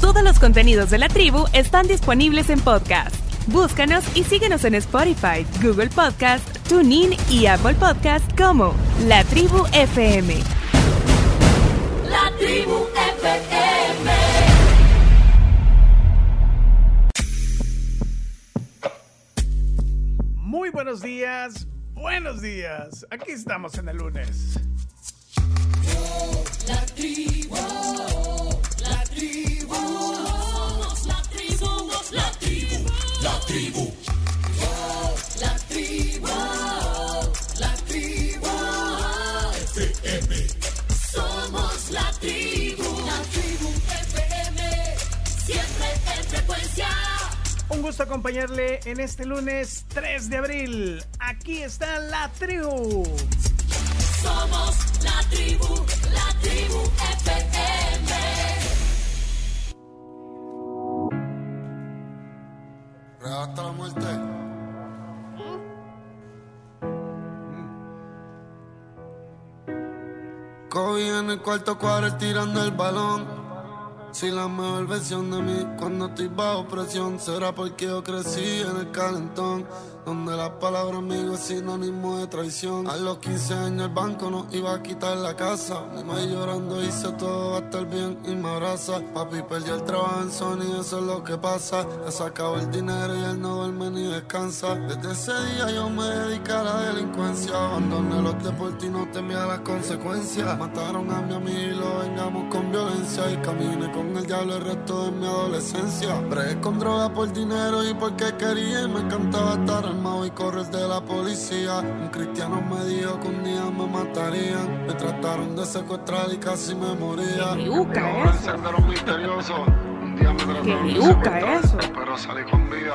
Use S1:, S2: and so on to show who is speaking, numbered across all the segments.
S1: Todos los contenidos de la tribu están disponibles en podcast. Búscanos y síguenos en Spotify, Google Podcast, TuneIn y Apple Podcast como La Tribu FM.
S2: La tribu FM.
S3: Muy buenos días, buenos días. Aquí estamos en el lunes.
S2: La tribu. La tribu. Somos la tribu. Somos la tribu. La tribu. La tribu. La tribu. FM. Somos la tribu. La tribu FM. Siempre en frecuencia.
S3: Un gusto acompañarle en este lunes 3 de abril. Aquí está la tribu.
S2: Somos la tribu, la tribu FM.
S4: Real hasta la muerte. Kobe en el cuarto cuadro tirando el balón. Si la mejor versión de mí cuando estoy bajo presión será porque yo crecí en el calentón. Donde la palabra amigo es sinónimo de traición. A los 15 años el banco nos iba a quitar la casa. Mi mamá llorando hice todo va a estar bien y me abraza. Papi perdió el trabajo en Sony, eso es lo que pasa. Le sacaba el dinero y él no duerme ni descansa. Desde ese día yo me dediqué a la delincuencia. Abandoné los deportes y no temía las consecuencias. Mataron a mi amigo y lo vengamos con violencia. Y caminé con el diablo el resto de mi adolescencia. Bregué con droga por dinero y porque quería. Y me encantaba estar armado y correr de la policía. Un cristiano me dijo que un día me matarían. Me trataron de secuestrar y casi me moría.
S1: Riuca,
S5: ¿eh?
S4: Ahora el sendero misterioso. Un día me trataron
S1: Qué
S4: de
S1: miuca
S4: secuestrar,
S1: eso.
S4: Pero salí con vida.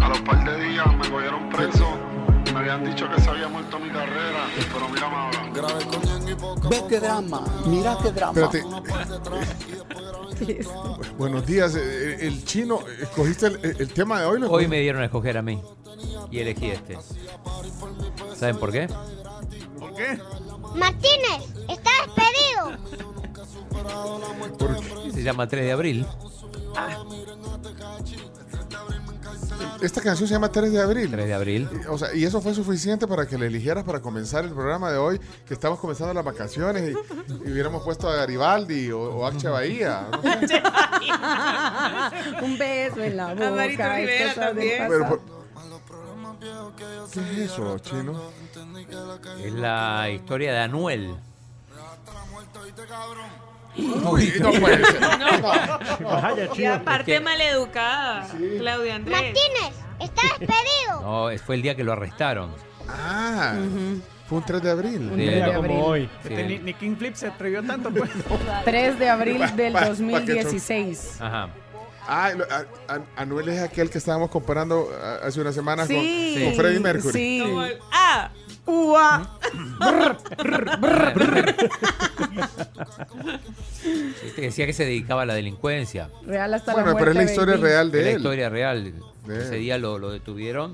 S4: A los par de días me cogieron preso. Me habían dicho que se había muerto mi carrera. Pero mira ahora. Grave con Ñengo y poco a
S6: Ve
S4: poco
S6: qué drama, mira qué drama.
S7: Espérate,
S4: por detrás y después grabe
S7: buenos días. eh, El, chino, ¿escogiste el, eh, el tema de hoy? ¿Lo
S8: Hoy me dieron a escoger a mí y elegí este. ¿Saben por qué?
S3: ¿Por qué?
S9: Martínez, está despedido.
S7: Por- Ah.
S8: Se llama 3 de abril.
S7: Esta canción se llama 3 de abril.
S8: 3 de abril.
S7: Y, O sea, y eso fue suficiente para que le eligieras para comenzar el programa de hoy, que estamos comenzando las vacaciones y, y hubiéramos puesto a Garibaldi o, o Ache Bahía. no sé.
S10: Un beso en la boca.
S5: Marito
S10: es
S5: Rivera
S10: cosa del
S5: también.
S7: Pero,
S10: pasado.
S7: por- ¿Qué es eso, chino?
S8: Es la historia de Anuel.
S7: Uy, no puede ser.
S5: Y aparte maleducada, Claudia Andrés.
S9: Martínez, está despedido.
S8: No, es- fue el día que lo arrestaron.
S7: Ah, fue un 3 de abril.
S10: Un
S8: Sí,
S10: día de
S8: no,
S10: abril.
S3: Este Ni,
S8: sí.
S3: ni King Flip se atrevió tanto. Pues.
S10: 3 de
S7: Pa-
S10: abril
S7: pa-
S10: del
S7: pa' que
S10: 2016.
S8: Ajá.
S7: Ah, lo- a- a- Anuel es aquel que estábamos comparando ah, hace unas semanas con-
S10: Sí.
S7: con, Freddie Mercury.
S10: Sí.
S5: Como el- Ah,
S10: Ua.
S8: Este decía que se dedicaba a la delincuencia.
S10: Real hasta la
S7: Bueno,
S10: muerte.
S7: pero es la historia
S10: baby.
S7: real de
S8: Es la
S7: él.
S8: historia real.
S7: De
S8: Ese
S7: él.
S8: día lo, lo detuvieron.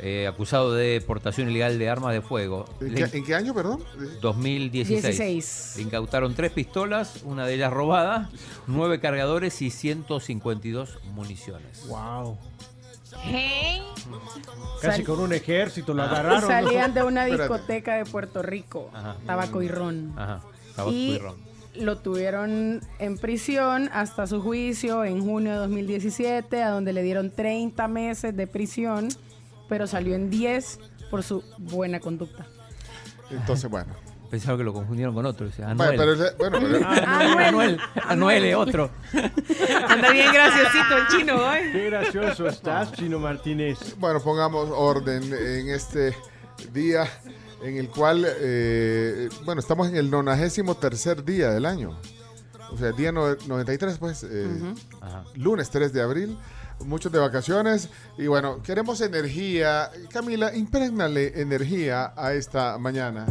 S8: eh, acusado de portación ilegal de armas de fuego.
S7: ¿En
S8: Le-
S7: qué, en qué año, perdón?
S8: 2016.
S10: 16.
S8: Le incautaron tres pistolas, una de ellas robada, nueve cargadores y 152 municiones.
S11: Wow.
S5: hey.
S11: Casi
S10: Sal-
S11: con un ejército lo agarraron.
S10: Salían de una
S7: Espérate.
S10: discoteca de Puerto Rico,
S8: Ajá.
S10: tabaco y ron.
S8: Ajá. Tabaco
S10: Y
S8: y ron.
S10: lo tuvieron en prisión hasta su juicio en junio de 2017, a donde le dieron 30 meses de prisión, pero salió en 10 por su buena conducta.
S7: Entonces, bueno.
S8: Pensaron que lo confundieron con otro. dice,
S7: Bueno,
S8: Anuel.
S7: pero, es- bueno, pero-
S10: Ah,
S8: Anuel. Anuel. Anuel es otro.
S5: Anda bien graciosito el chino
S11: ¿no?
S5: hoy.
S11: Qué gracioso estás, Chino Martínez.
S7: bueno, pongamos orden en este día en el cual, eh, bueno, estamos en el nonagésimo tercer día del año. O sea, día no- 93, pues, eh,
S8: Ajá.
S7: lunes 3 de abril, muchos de vacaciones. Y bueno, queremos energía. Camila, impregnale energía a esta mañana.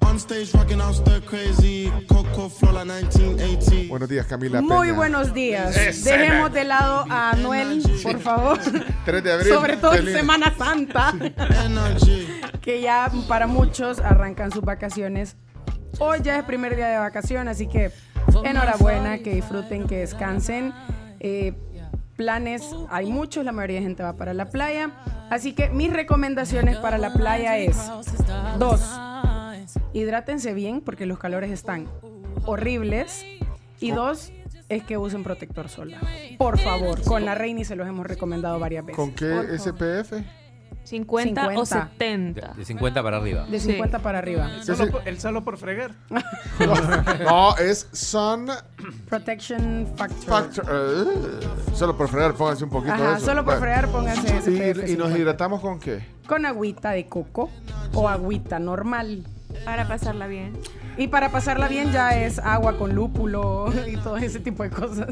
S4: On stage rocking out stir crazy. Coco flow like 1980.
S7: Buenos días, Camila.
S10: Muy
S7: Peña.
S10: buenos días.
S7: Ese
S10: Dejemos
S7: man.
S10: de lado a Anuel, por favor.
S7: 3 de abril.
S10: Sobre todo en
S7: feliz.
S10: Semana Santa,
S4: Energy.
S10: que ya para muchos arrancan sus vacaciones. Hoy ya es primer día de vacación, así que enhorabuena, que disfruten, que descansen. Eh, planes hay muchos, la mayoría de gente va para la playa. Así que mis recomendaciones para la playa es dos, hidrátense bien porque los calores están horribles. Y dos, es que usen protector solar. Por favor, con la Reini se los hemos recomendado varias veces.
S7: ¿Con qué
S10: Por favor.
S7: SPF?
S5: 50, o
S10: 50.
S5: 70.
S8: De 50 para arriba.
S10: De 50 para arriba.
S3: El solo, por- el solo por fregar.
S7: No, es Sun
S10: Protection Factor.
S7: Factor. Eh, Solo por fregar, pónganse un poquito
S10: Ajá,
S7: de eso.
S10: solo por fregar, pónganse SPF
S7: ¿Y, y nos
S10: 50.
S7: hidratamos con qué?
S10: Con agüita de coco o agüita normal.
S5: Para pasarla bien.
S10: Y para pasarla bien ya es agua con lúpulo y todo ese tipo de cosas.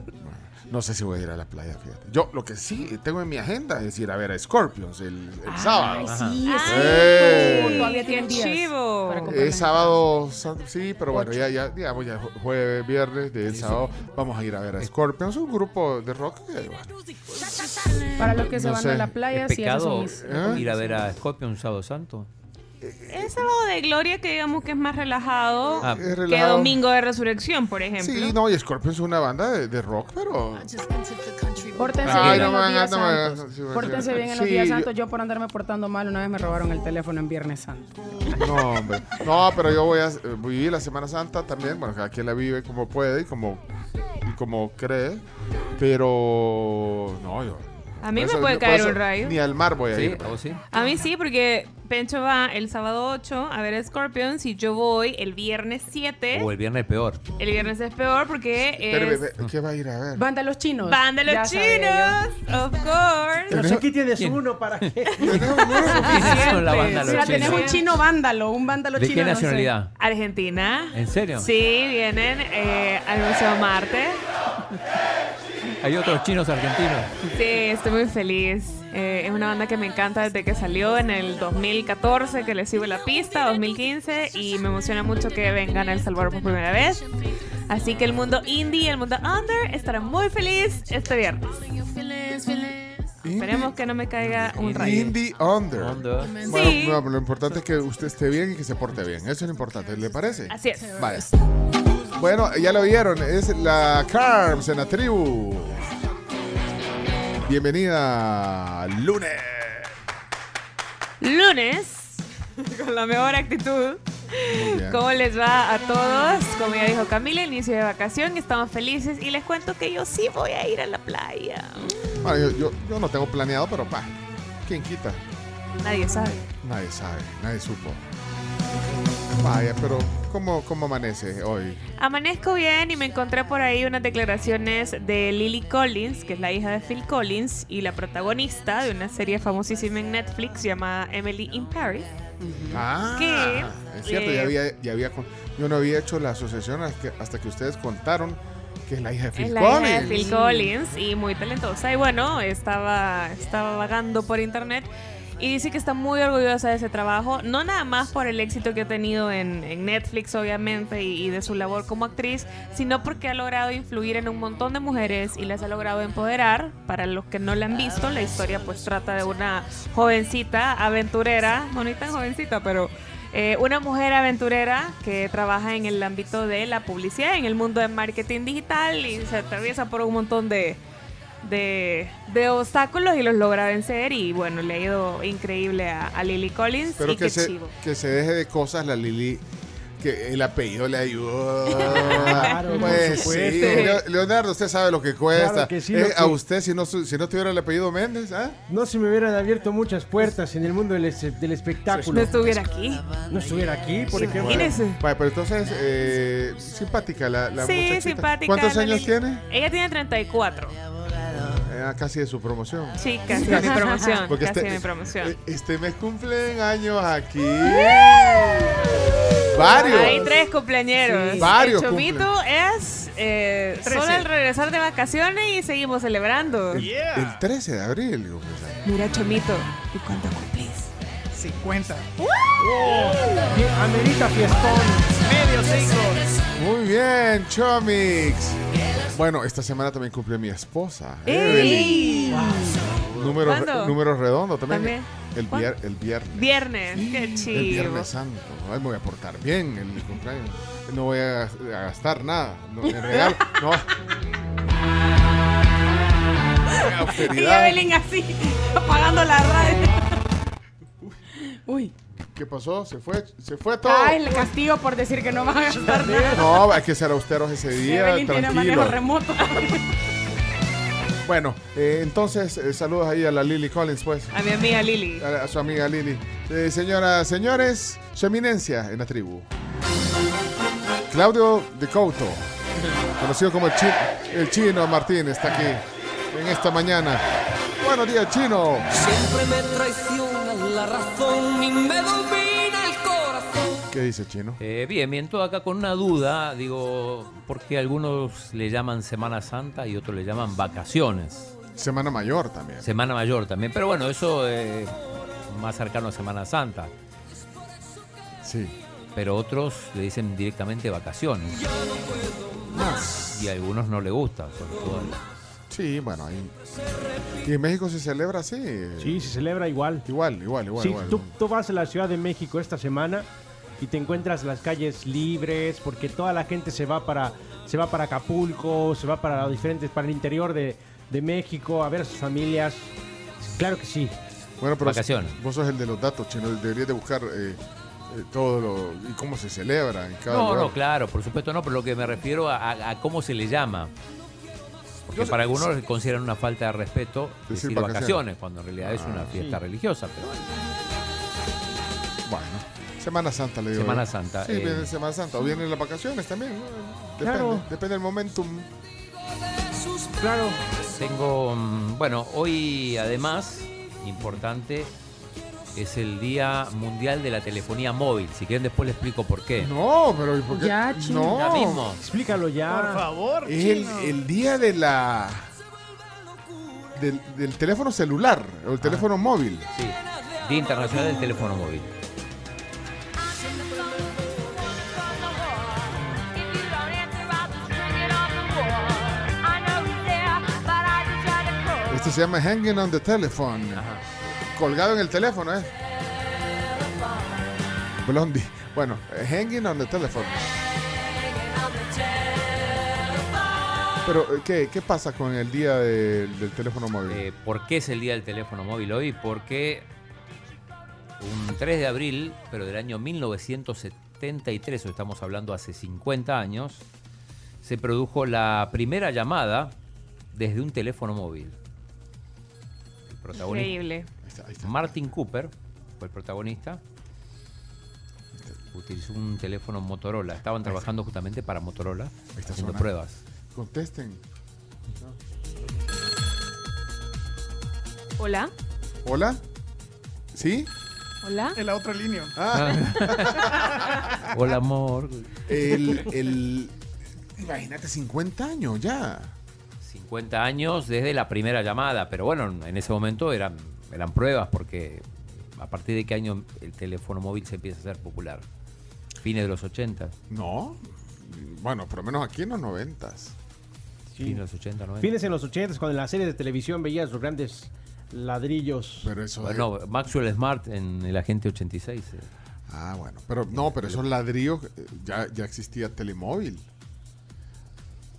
S7: No sé si voy a ir a la playa, fíjate. Yo lo que sí tengo en mi agenda es ir a ver a Scorpions el, el
S10: Ah,
S7: sábado.
S10: sí,
S7: Ajá.
S10: es
S7: Eh,
S10: cierto. Todavía tienen días
S5: chivo.
S10: para comprar.
S7: Es sábado, santo, sí, pero bueno, ya, ya, digamos, ya jue- jueves, viernes, del sábado, vamos a ir a ver a Scorpions, un grupo de rock. que, bueno,
S10: Para los que se
S7: No
S10: van
S7: sé.
S10: a la playa,
S8: ¿Es
S10: sí, esas son
S8: pecado
S10: mis-
S7: ¿Ah?
S8: eh, ir a ver a Scorpio un sábado santo?
S5: Es sábado de gloria que digamos que es más relajado
S8: Ah.
S7: es
S5: que
S7: relajado.
S5: domingo de resurrección, por ejemplo.
S7: Sí, no, y Scorpions es una banda de, de rock,
S10: Ah,
S7: pero...
S10: Pórtense bien
S7: Ay, no
S10: en los
S7: me hagas,
S10: días
S7: no me hagas,
S10: santos.
S7: sí, me
S10: Pórtense
S7: hagas.
S10: bien en los
S7: Sí,
S10: días
S7: yo-
S10: santos. Yo por andarme portando mal, una vez me robaron el teléfono en Viernes Santo.
S7: No, hombre. No, pero yo voy a eh, vivir la Semana Santa también. Bueno, cada quien la vive como puede y como, y como cree. Pero no, yo.
S5: A mí me
S7: eso
S5: puede
S7: no
S5: caer
S7: puedo
S5: un
S7: ser-
S5: rayo.
S7: Ni al mar voy a
S8: Sí,
S7: ir.
S8: ¿a vos sí?
S5: A mí sí, porque Pencho va el sábado 8 a ver a Scorpions y yo voy el viernes
S10: ¿Eh?
S5: 7.
S8: O el viernes peor.
S5: El viernes es peor porque
S7: Pero,
S5: es
S7: bebé, ¿qué va a ir a ver?
S10: Banda Los Chinos.
S5: Banda Los
S10: Ya sabía
S5: Chinos, of course.
S11: Pero si aquí tienes uno, ¿para qué?
S10: Ah,
S8: Son la banda
S10: yo.
S8: Los
S10: Mira,
S8: Chinos.
S10: tenemos un chino vándalo, un vándalo
S8: ¿De
S10: chino.
S8: qué
S10: no sé.
S8: nacionalidad?
S5: Argentina.
S8: ¿En serio?
S5: Sí, vienen eh, al Museo Marte.
S8: Hay otros chinos argentinos.
S5: Sí, estoy muy feliz. Eh, es una banda que me encanta desde que salió en el 2014, que le sigo la pista, 2015, y me emociona mucho que vengan a El Salvador por primera vez. Así que el mundo indie, el mundo under, estará muy feliz este viernes. Esperemos que no me caiga un rayo.
S7: Indie Under.
S8: Onda.
S7: Bueno,
S5: Sí.
S7: no, pero lo importante es que usted esté bien y que se porte bien. Eso es lo importante, ¿le parece?
S5: Así es.
S7: Vale. Bueno, ya lo vieron, es la Carms en la tribu. Bienvenida lunes.
S5: Lunes, con la mejor actitud.
S7: Muy bien.
S5: ¿Cómo les va a todos? Como ya dijo Camila, inicio de vacación, estamos felices y les cuento que yo sí voy a ir a la playa.
S7: Bueno, yo, yo- yo no tengo planeado, pero pa, ¿quién quita?
S5: Nadie sabe.
S7: Nadie sabe, nadie supo. Vaya, pero ¿cómo, cómo amanece hoy?
S5: Amanezco bien y me encontré por ahí unas declaraciones de Lily Collins, que es la hija de Phil Collins y la protagonista de una serie famosísima en Netflix llamada Emily in Paris.
S7: Ah,
S5: ¿Qué?
S7: es cierto,
S5: Eh,
S7: ya había, ya había, con- yo no había hecho la asociación hasta que, hasta que ustedes contaron que es la hija de Phil
S5: es la hija de
S7: Collins.
S5: Phil Collins y muy talentosa. Y bueno, estaba, estaba vagando por internet y dice que está muy orgullosa de ese trabajo, no nada más por el éxito que ha tenido en, en Netflix, obviamente, y, y de su labor como actriz, sino porque ha logrado influir en un montón de mujeres y las ha logrado empoderar. Para los que no la han visto, la historia pues trata de una jovencita aventurera, bonita jovencita, pero... Eh, una mujer aventurera que trabaja en el ámbito de la publicidad, en el mundo del marketing digital y se atraviesa por un montón de, de, de obstáculos y los logra vencer. Y bueno, le ha ido increíble a, a Lily Collins.
S7: Pero
S5: y qué
S7: que se,
S5: chivo.
S7: que se deje de cosas la Lili. Que el apellido le ayudó. Claro,
S11: por supuesto.
S7: Leo- Leonardo, usted sabe lo que cuesta.
S11: Claro que sí,
S7: Eh,
S11: lo que-
S7: A usted, si no, su- si no tuviera el apellido Méndez, ¿ah?
S11: No se me hubieran abierto muchas puertas en el mundo del, es- del
S5: No
S11: espectáculo.
S5: estuviera aquí.
S11: No estuviera aquí, por ejemplo.
S5: Imagínese.
S7: Vale, pero entonces, eh, simpática la, la
S5: sí,
S7: muchachita.
S5: simpática.
S7: ¿Cuántos
S5: la
S7: años
S5: Lily.
S7: tiene?
S5: Ella tiene 34.
S7: Eh, casi de su promoción.
S5: Sí, casi de mi promoción.
S7: Porque
S5: casi
S7: este-
S5: de mi promoción.
S7: eh, Este mes cumplen años aquí. ¡Eh! Varios.
S5: Hay tres cumpleañeros.
S7: Sí. Varios
S5: El chomito es eh,
S3: Trece.
S5: solo al regresar de vacaciones y seguimos celebrando.
S7: El, el 13 de abril. digo, pues, ahí.
S5: Mira, Chomito, ¿y cuánto cumplís?
S3: 50.
S11: Bien, Amerita fiestón.
S3: Medio siglo.
S7: Muy bien, Chomix. Bueno, esta semana también cumple mi esposa. Evelyn.
S5: ¡Ey!
S7: Número,
S5: ¿Cuándo?
S7: número redondo también.
S5: También.
S7: El, vier- el viernes.
S5: Viernes, qué
S7: El
S5: chido.
S7: Viernes Santo. Ay, me voy a portar bien en mi cumpleaños. no voy a, gas- a gastar nada. No, en regalo, no.
S2: Y
S7: Austeridad.
S2: Evelyn así, apagando la radio.
S10: Uy.
S7: ¿Qué pasó? Se fue, se fue todo.
S10: Ah, el castigo por decir que no van a gastar nada.
S7: No, hay que ser austeros ese día,
S10: Evelyn tiene manejo
S7: tranquilo.
S10: remoto.
S7: Bueno, eh, entonces, eh, saludos ahí a la Lily Collins, pues.
S5: A mi amiga Lili.
S7: A, a su amiga Lily. Eh, señoras, señores, su eminencia en la tribu. Claudio de Couto, conocido como el, Chi- el Chino Martín, está aquí en esta mañana. Buenos días, Chino.
S2: Siempre me traiciona la razón y me domina el corazón.
S7: ¿Qué dice Chino?
S8: Eh, bien, bien, todo acá con una duda, digo, porque algunos le llaman Semana Santa y otros le llaman vacaciones.
S7: Semana Mayor también.
S8: Semana Mayor también, pero bueno, eso es más cercano a Semana Santa.
S7: Sí.
S8: Pero otros le dicen directamente vacaciones. Y a algunos no le gusta, sobre todo.
S7: Sí, bueno, ahí. ¿Y en México se celebra así?
S11: Sí, se celebra igual.
S7: Igual, igual, igual.
S11: Sí,
S7: igual.
S11: tú, tú vas a la Ciudad de México esta semana y te encuentras las calles libres porque toda la gente se va para se va para Acapulco, se va para diferentes para el interior de, de México a ver a sus familias. Claro que sí.
S7: Bueno, pero
S8: Vacaciones.
S7: vos sos el de los datos, Chino. Deberías de buscar eh, eh, todo lo, y cómo se celebra en cada
S8: No,
S7: lugar.
S8: no, claro, por supuesto no, pero lo que me refiero a, a- a cómo se le llama. Porque para algunos consideran una falta de respeto
S7: Decir
S8: decir,
S7: vacaciones.
S8: vacaciones. cuando en realidad es
S7: Ah,
S8: una fiesta
S7: sí.
S8: religiosa. Pero bueno.
S7: Bueno, Semana Santa le digo.
S8: Semana
S7: yo.
S8: Santa,
S7: Sí,
S8: eh.
S7: viene Semana Santa. O vienen las vacaciones también. ¿no? Depende,
S2: Claro.
S7: depende del momentum.
S11: Claro.
S8: Tengo, mm, bueno, hoy además, importante, es el Día Mundial de la Telefonía Móvil. Si quieren después les explico por qué.
S7: No, pero ¿y por qué?
S11: Ya,
S7: No.
S8: Ya mismo.
S11: Explícalo ya.
S3: Por favor,
S7: Es el,
S3: Chino.
S7: el día de la. Del, del teléfono celular o el teléfono móvil.
S8: Sí. Día Internacional del Teléfono Móvil.
S7: Este se llama Hanging on the Telephone. Colgado en el teléfono, ¿eh? Blondie. Bueno, eh, Hanging on the Telephone. Pero, eh, ¿qué, qué pasa con el día de- del teléfono móvil?
S8: Eh, ¿Por qué es el Día del Teléfono Móvil hoy? Porque un 3 de abril, pero del año 1973, o estamos hablando hace 50 años, se produjo la primera llamada desde un teléfono móvil. El protagonista,
S5: Increíble.
S8: Martin Cooper fue el protagonista. Utilizó un teléfono Motorola. Estaban
S7: está.
S8: trabajando justamente para Motorola,
S7: está
S8: haciendo
S7: sonando.
S8: pruebas.
S7: Contesten.
S5: Hola,
S7: ¿Hola? ¿Sí?
S5: hola.
S3: En la otra línea.
S8: Ah. Hola, amor.
S7: El, el- imagínate, 50 años ya.
S8: 50 años desde la primera llamada, pero bueno, en ese momento eran, eran pruebas porque a partir de qué año el teléfono móvil se empieza a hacer popular. Fines de los 80.
S7: No. Bueno, por lo menos aquí en los 90.
S8: Fines de los 80, 90.
S11: Fines en los 80 cuando en las series de televisión veías los grandes ladrillos.
S7: Pero eso
S8: Bueno, Maxwell Smart en el agente 86. eh.
S7: Ah, bueno. Pero no, pero esos ladrillos eh, ya, ya existía telemóvil.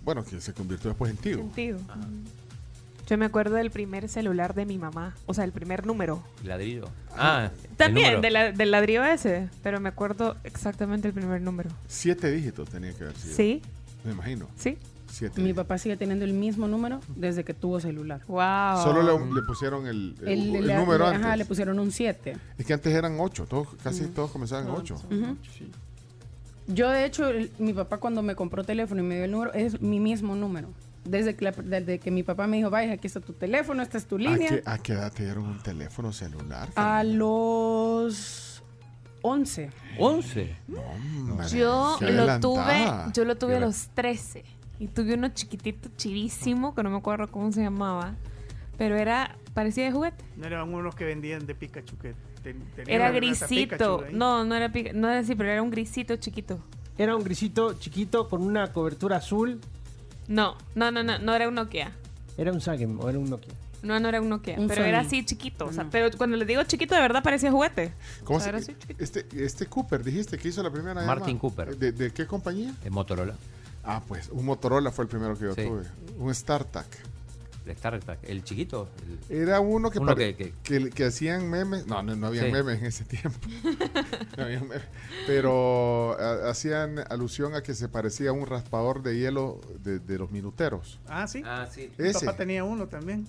S7: Bueno, que se convirtió después en Tigo.
S5: Sentido. Yo me acuerdo del primer celular de mi mamá, o sea, el primer número.
S8: Ladrillo. Ah, el
S5: También
S8: número.
S5: de la- del ladrillo ese, pero me acuerdo exactamente el primer número.
S7: Siete dígitos tenía que haber sido.
S5: Sí.
S7: Me imagino.
S5: Sí.
S7: Siete.
S10: Mi papá sigue teniendo el mismo número desde que tuvo celular.
S5: Wow.
S7: Solo le, le pusieron el, el-
S10: El-
S7: el
S10: le-
S7: número
S10: le-
S7: antes.
S10: Ajá, le pusieron un 7.
S7: Es que antes eran ocho. Todos, casi todos comenzaban en ocho.
S10: Yo, de hecho, el- mi papá cuando me compró teléfono y me dio el número, es mi mismo número. Desde que, la- desde que mi papá me dijo, vaya, aquí está tu teléfono, esta es tu
S7: ¿A
S10: línea.
S7: Ah, qué, a qué edad te dieron un teléfono celular?
S10: A los 11.
S8: 11.
S7: Hombre,
S5: Yo
S7: qué
S5: lo
S7: adelantada.
S5: tuve, yo lo tuve a
S7: Qué
S5: los 13 y tuve uno chiquitito, chivísimo, que no me acuerdo cómo se llamaba, pero era parecía de juguete.
S3: No eran unos que vendían de Pikachu que ten- tenían
S5: Era
S3: la granata
S5: grisito.
S3: Pikachu ¿eh? ahí.
S5: No, no era pica- no era así, pero era un grisito chiquito.
S11: Era un grisito chiquito con una cobertura azul.
S5: No, no, no, no, no era un Nokia.
S11: Era un Sagem o era un Nokia.
S5: No, no era un Nokia,
S10: Un
S5: pero
S10: Sony.
S5: era así chiquito. o sea, pero cuando les digo chiquito, de verdad parecía juguete.
S7: ¿Cómo
S5: O sea,
S7: se-
S5: era así
S7: este, este Cooper, dijiste que hizo la primera
S8: Martin
S7: llamada?
S8: Cooper.
S7: ¿De, de qué compañía?
S8: De Motorola.
S7: Ah, pues un Motorola fue el primero que yo
S8: Sí.
S7: tuve. Un StarTAC.
S8: El StarTAC, el chiquito. el-
S7: Era uno que,
S8: Uno
S7: pare-
S8: que-
S7: que- que hacían memes. No, no, no había
S8: Sí.
S7: memes en ese tiempo. No había memes. Pero a- hacían alusión a que se parecía a un raspador de hielo de, de los minuteros.
S3: Ah, sí.
S8: Ah, sí.
S3: Mi
S7: Ese.
S3: papá tenía uno también.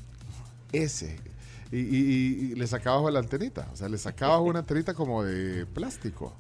S7: Ese. Y, y- y le sacabas la antenita. O sea, le sacabas una antenita como de plástico.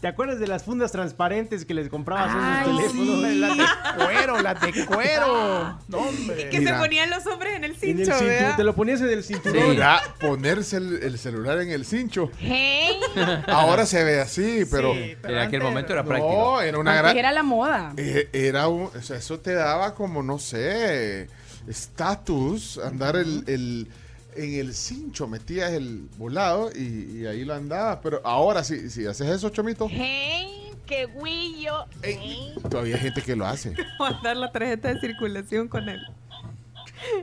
S11: ¿Te acuerdas de las fundas transparentes que les comprabas a
S3: Ay,
S11: esos teléfonos?
S3: sí.
S11: Las de cuero, las de
S5: Ah.
S11: cuero.
S3: No, hombre.
S5: Que
S7: Mira.
S5: se ponían los hombres en el
S11: En el
S5: cincho,
S11: cintu-
S5: ¿verdad?
S11: te lo ponías en el cinturón.
S7: Mira, ponerse el, el celular en el cincho.
S5: Hey.
S7: Ahora se ve así, pero.
S3: Sí, pero
S8: en aquel
S3: antes-
S8: momento era práctico.
S7: No, e-, era una
S10: Antes
S7: gran.
S10: Ah, era la moda.
S7: Eh, Era un, o sea, eso te daba como, no sé, estatus, andar el, el- en el cincho, metías el volado y, y ahí lo andabas. Pero ahora, si, si haces eso, chomito,
S5: Hey, qué guillo.
S7: eh, todavía hay gente que lo hace.
S5: Mandar la tarjeta de circulación con él.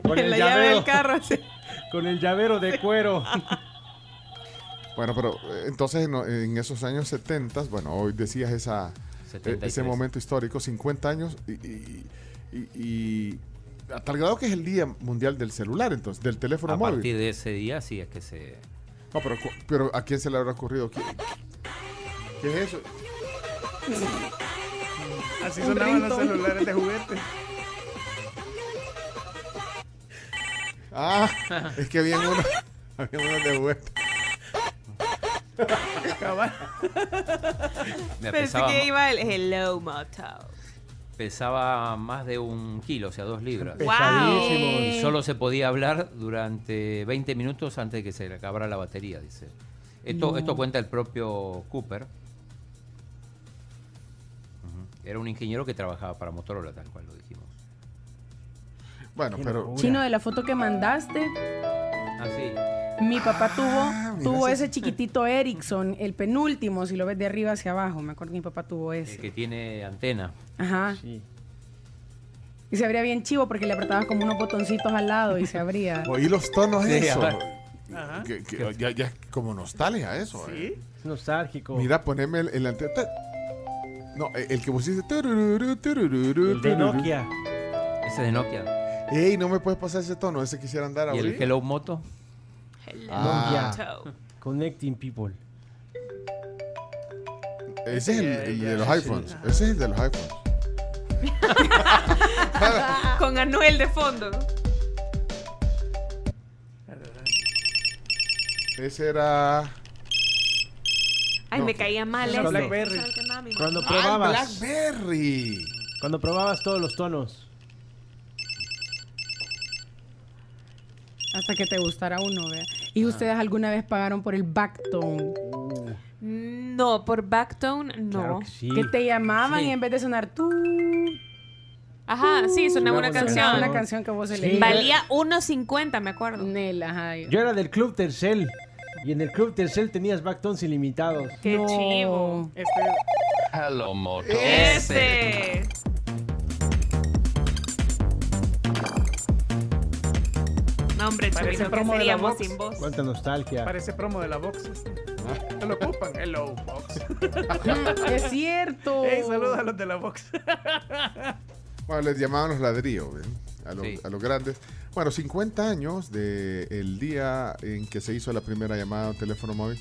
S11: Con
S5: en
S11: el
S5: la llave
S11: llavero.
S5: del carro. así.
S11: Con el llavero de cuero.
S7: Bueno, pero eh, entonces en, en esos años 70, bueno, hoy decías esa, eh,
S8: 73.
S7: ese momento histórico, 50 años, y, y, y- y a tal grado que es el Día Mundial del Celular, entonces, del teléfono
S8: A
S7: móvil.
S8: partir de ese día sí es que se...
S7: No, pero, cu- pero ¿a quién se le habrá ocurrido? ¿Qui- ¿Qué es eso?
S3: Así
S10: Un
S3: sonaban los
S10: ringtone.
S3: celulares de juguete.
S7: Ah, es que había uno, había uno de juguete.
S3: Cabal.
S8: Me
S5: Pensé
S8: pesaba,
S5: que
S8: ma-
S5: iba el Hello Moto.
S8: pesaba más de un kilo, o sea, dos libras.
S5: Wow.
S11: Eh,
S8: Y solo se podía hablar durante 20 minutos antes de que se le acabara la batería, dice. Esto, esto cuenta el propio Cooper. Ujú. Era un ingeniero que trabajaba para Motorola, tal cual lo dijimos.
S7: Bueno,
S11: Qué
S7: pero
S11: locura.
S10: Chino, de la foto que mandaste,
S8: Ah, sí.
S10: mi papá
S7: Ah,
S10: tuvo,
S7: mira
S10: tuvo
S7: ese-
S10: ese chiquitito Ericsson, el penúltimo, si lo ves de arriba hacia abajo. Me acuerdo que mi papá tuvo
S8: El que
S10: ese.
S8: tiene antena.
S10: Ajá.
S11: Sí.
S10: Y se abría bien chivo porque le apretabas como unos botoncitos al lado y se abría.
S7: oí los tonos
S8: Sí, ¿Ah?
S7: eso.
S3: Ajá.
S7: Que- que- ya, ya como nostalgia eso. eh.
S3: Sí.
S11: Es nostálgico.
S7: Mira, poneme el, el ante- ta- No, e, el, el que pusiste. tururú, tururú,
S11: el de
S7: tururú.
S11: Nokia.
S8: Ese de Nokia.
S7: Ey, no me puedes pasar ese tono, ese quisiera andar
S8: ¿Y el
S7: ahorita.
S8: Hello Moto?
S5: Hello
S7: Ah.
S5: Moto. Ah,
S11: Connecting People.
S7: Ese es el, el de los iPhones. Ese es el de los iPhones.
S5: Con Anuel de fondo.
S7: Ese era.
S5: Ay,
S7: No,
S5: me caía mal
S11: es
S5: ese.
S11: Blackberry.
S5: ¿Sabes qué, mami?
S11: Cuando
S7: ¡Ah, el
S11: probabas.
S7: Blackberry!
S11: Cuando probabas todos los tonos.
S10: Hasta que te gustara uno, vea. ¿Y ustedes alguna vez pagaron por el backtone?
S5: No, por Backtone, no.
S11: Claro que sí.
S10: Que te llamaban
S8: Sí.
S10: y en vez de sonar tú,
S5: Ajá, sí, sonaba una
S11: Una
S5: canción.
S10: una canción que vos
S11: Sí.
S10: elegías.
S5: Valía 1.50, me acuerdo.
S10: Nel, ajá.
S11: Yo era del Club Tercel. Y en el Club Tercel tenías backtones ilimitados.
S5: Qué
S10: No.
S5: chivo.
S8: Hello Moto.
S5: Ese. No, hombre,
S3: Parece
S5: Chubito, ¿qué
S3: promo de la
S5: seríamos
S3: Vox.
S5: sin vos?
S11: Cuánta nostalgia.
S3: Parece promo de la box. este. No lo ocupan. Hello, box.
S10: Es
S11: Oh.
S10: cierto.
S3: Ey, saludos a los de la box.
S7: Bueno, les llamaban los ladrillos, ¿ven? A, los-
S8: Sí.
S7: a los grandes. Bueno, 50 años del día en que se hizo la primera llamada a teléfono móvil.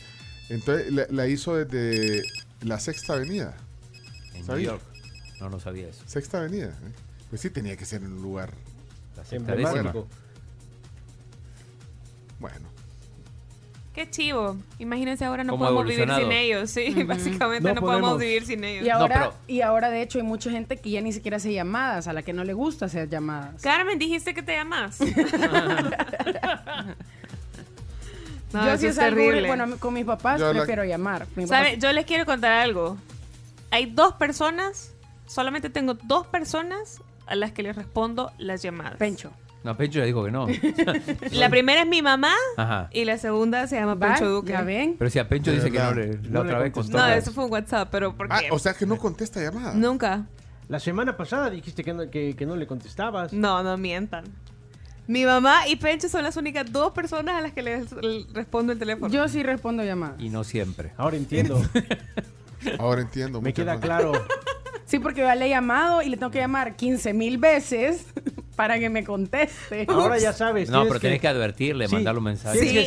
S7: Entonces, la, la hizo desde la Sexta Avenida.
S8: En New
S7: ¿Sabía?
S8: York. No, no sabía eso.
S7: Sexta Avenida. ¿eh? Pues sí, tenía que ser en un lugar.
S8: La sextadécima.
S11: Emblemático.
S7: Bueno,
S5: Qué chivo. Imagínense ahora no
S8: ¿Cómo ha
S5: podemos vivir sin
S8: evolucionado?
S5: ellos, sí. Básicamente no,
S11: No
S5: podemos
S11: podemos.
S5: vivir sin ellos.
S10: Y ahora,
S8: pero-
S10: y ahora, de hecho, hay mucha gente que ya ni siquiera hace llamadas, a la que no le gusta hacer llamadas.
S5: Carmen, dijiste que te llamas. No,
S10: yo
S5: eso
S10: si
S5: es
S10: es algo,
S5: terrible.
S10: bueno, a mí- con mis papás
S7: Yo la-
S10: prefiero llamar. Mi papá-
S5: ¿Sabe? Yo les quiero contar algo. Hay dos personas, solamente tengo dos personas a las que les respondo las llamadas.
S10: Pencho.
S8: No, Pencho ya dijo que no.
S5: La primera es mi mamá
S8: Ajá.
S5: y la segunda se llama
S10: ¿Va?
S5: Pencho Duque.
S10: ¿Ya ven?
S8: Pero si a Pencho
S7: De
S8: dice que no
S7: verdad.
S8: le. La
S11: No le
S8: otra vez
S11: contestó.
S8: contó.
S5: No, eso fue un WhatsApp, pero porque
S7: Ah, o sea que no contesta llamada.
S5: nunca.
S11: La semana pasada dijiste que no, que- que no le contestabas.
S5: No, no mientan. Mi mamá y Pencho son las únicas dos personas a las que les l- respondo el teléfono.
S10: Yo sí respondo llamadas.
S8: Y no siempre.
S11: Ahora entiendo.
S7: Ahora entiendo.
S11: Me
S7: muchas
S11: queda
S7: gracias.
S11: claro.
S10: Sí, porque yo le he llamado y le tengo que llamar 15 mil veces para que me conteste.
S11: Ahora ya sabes.
S8: No, pero tenés que advertirle,
S11: Sí.
S8: mandarle un mensaje.
S11: Tienes
S5: eh,
S11: que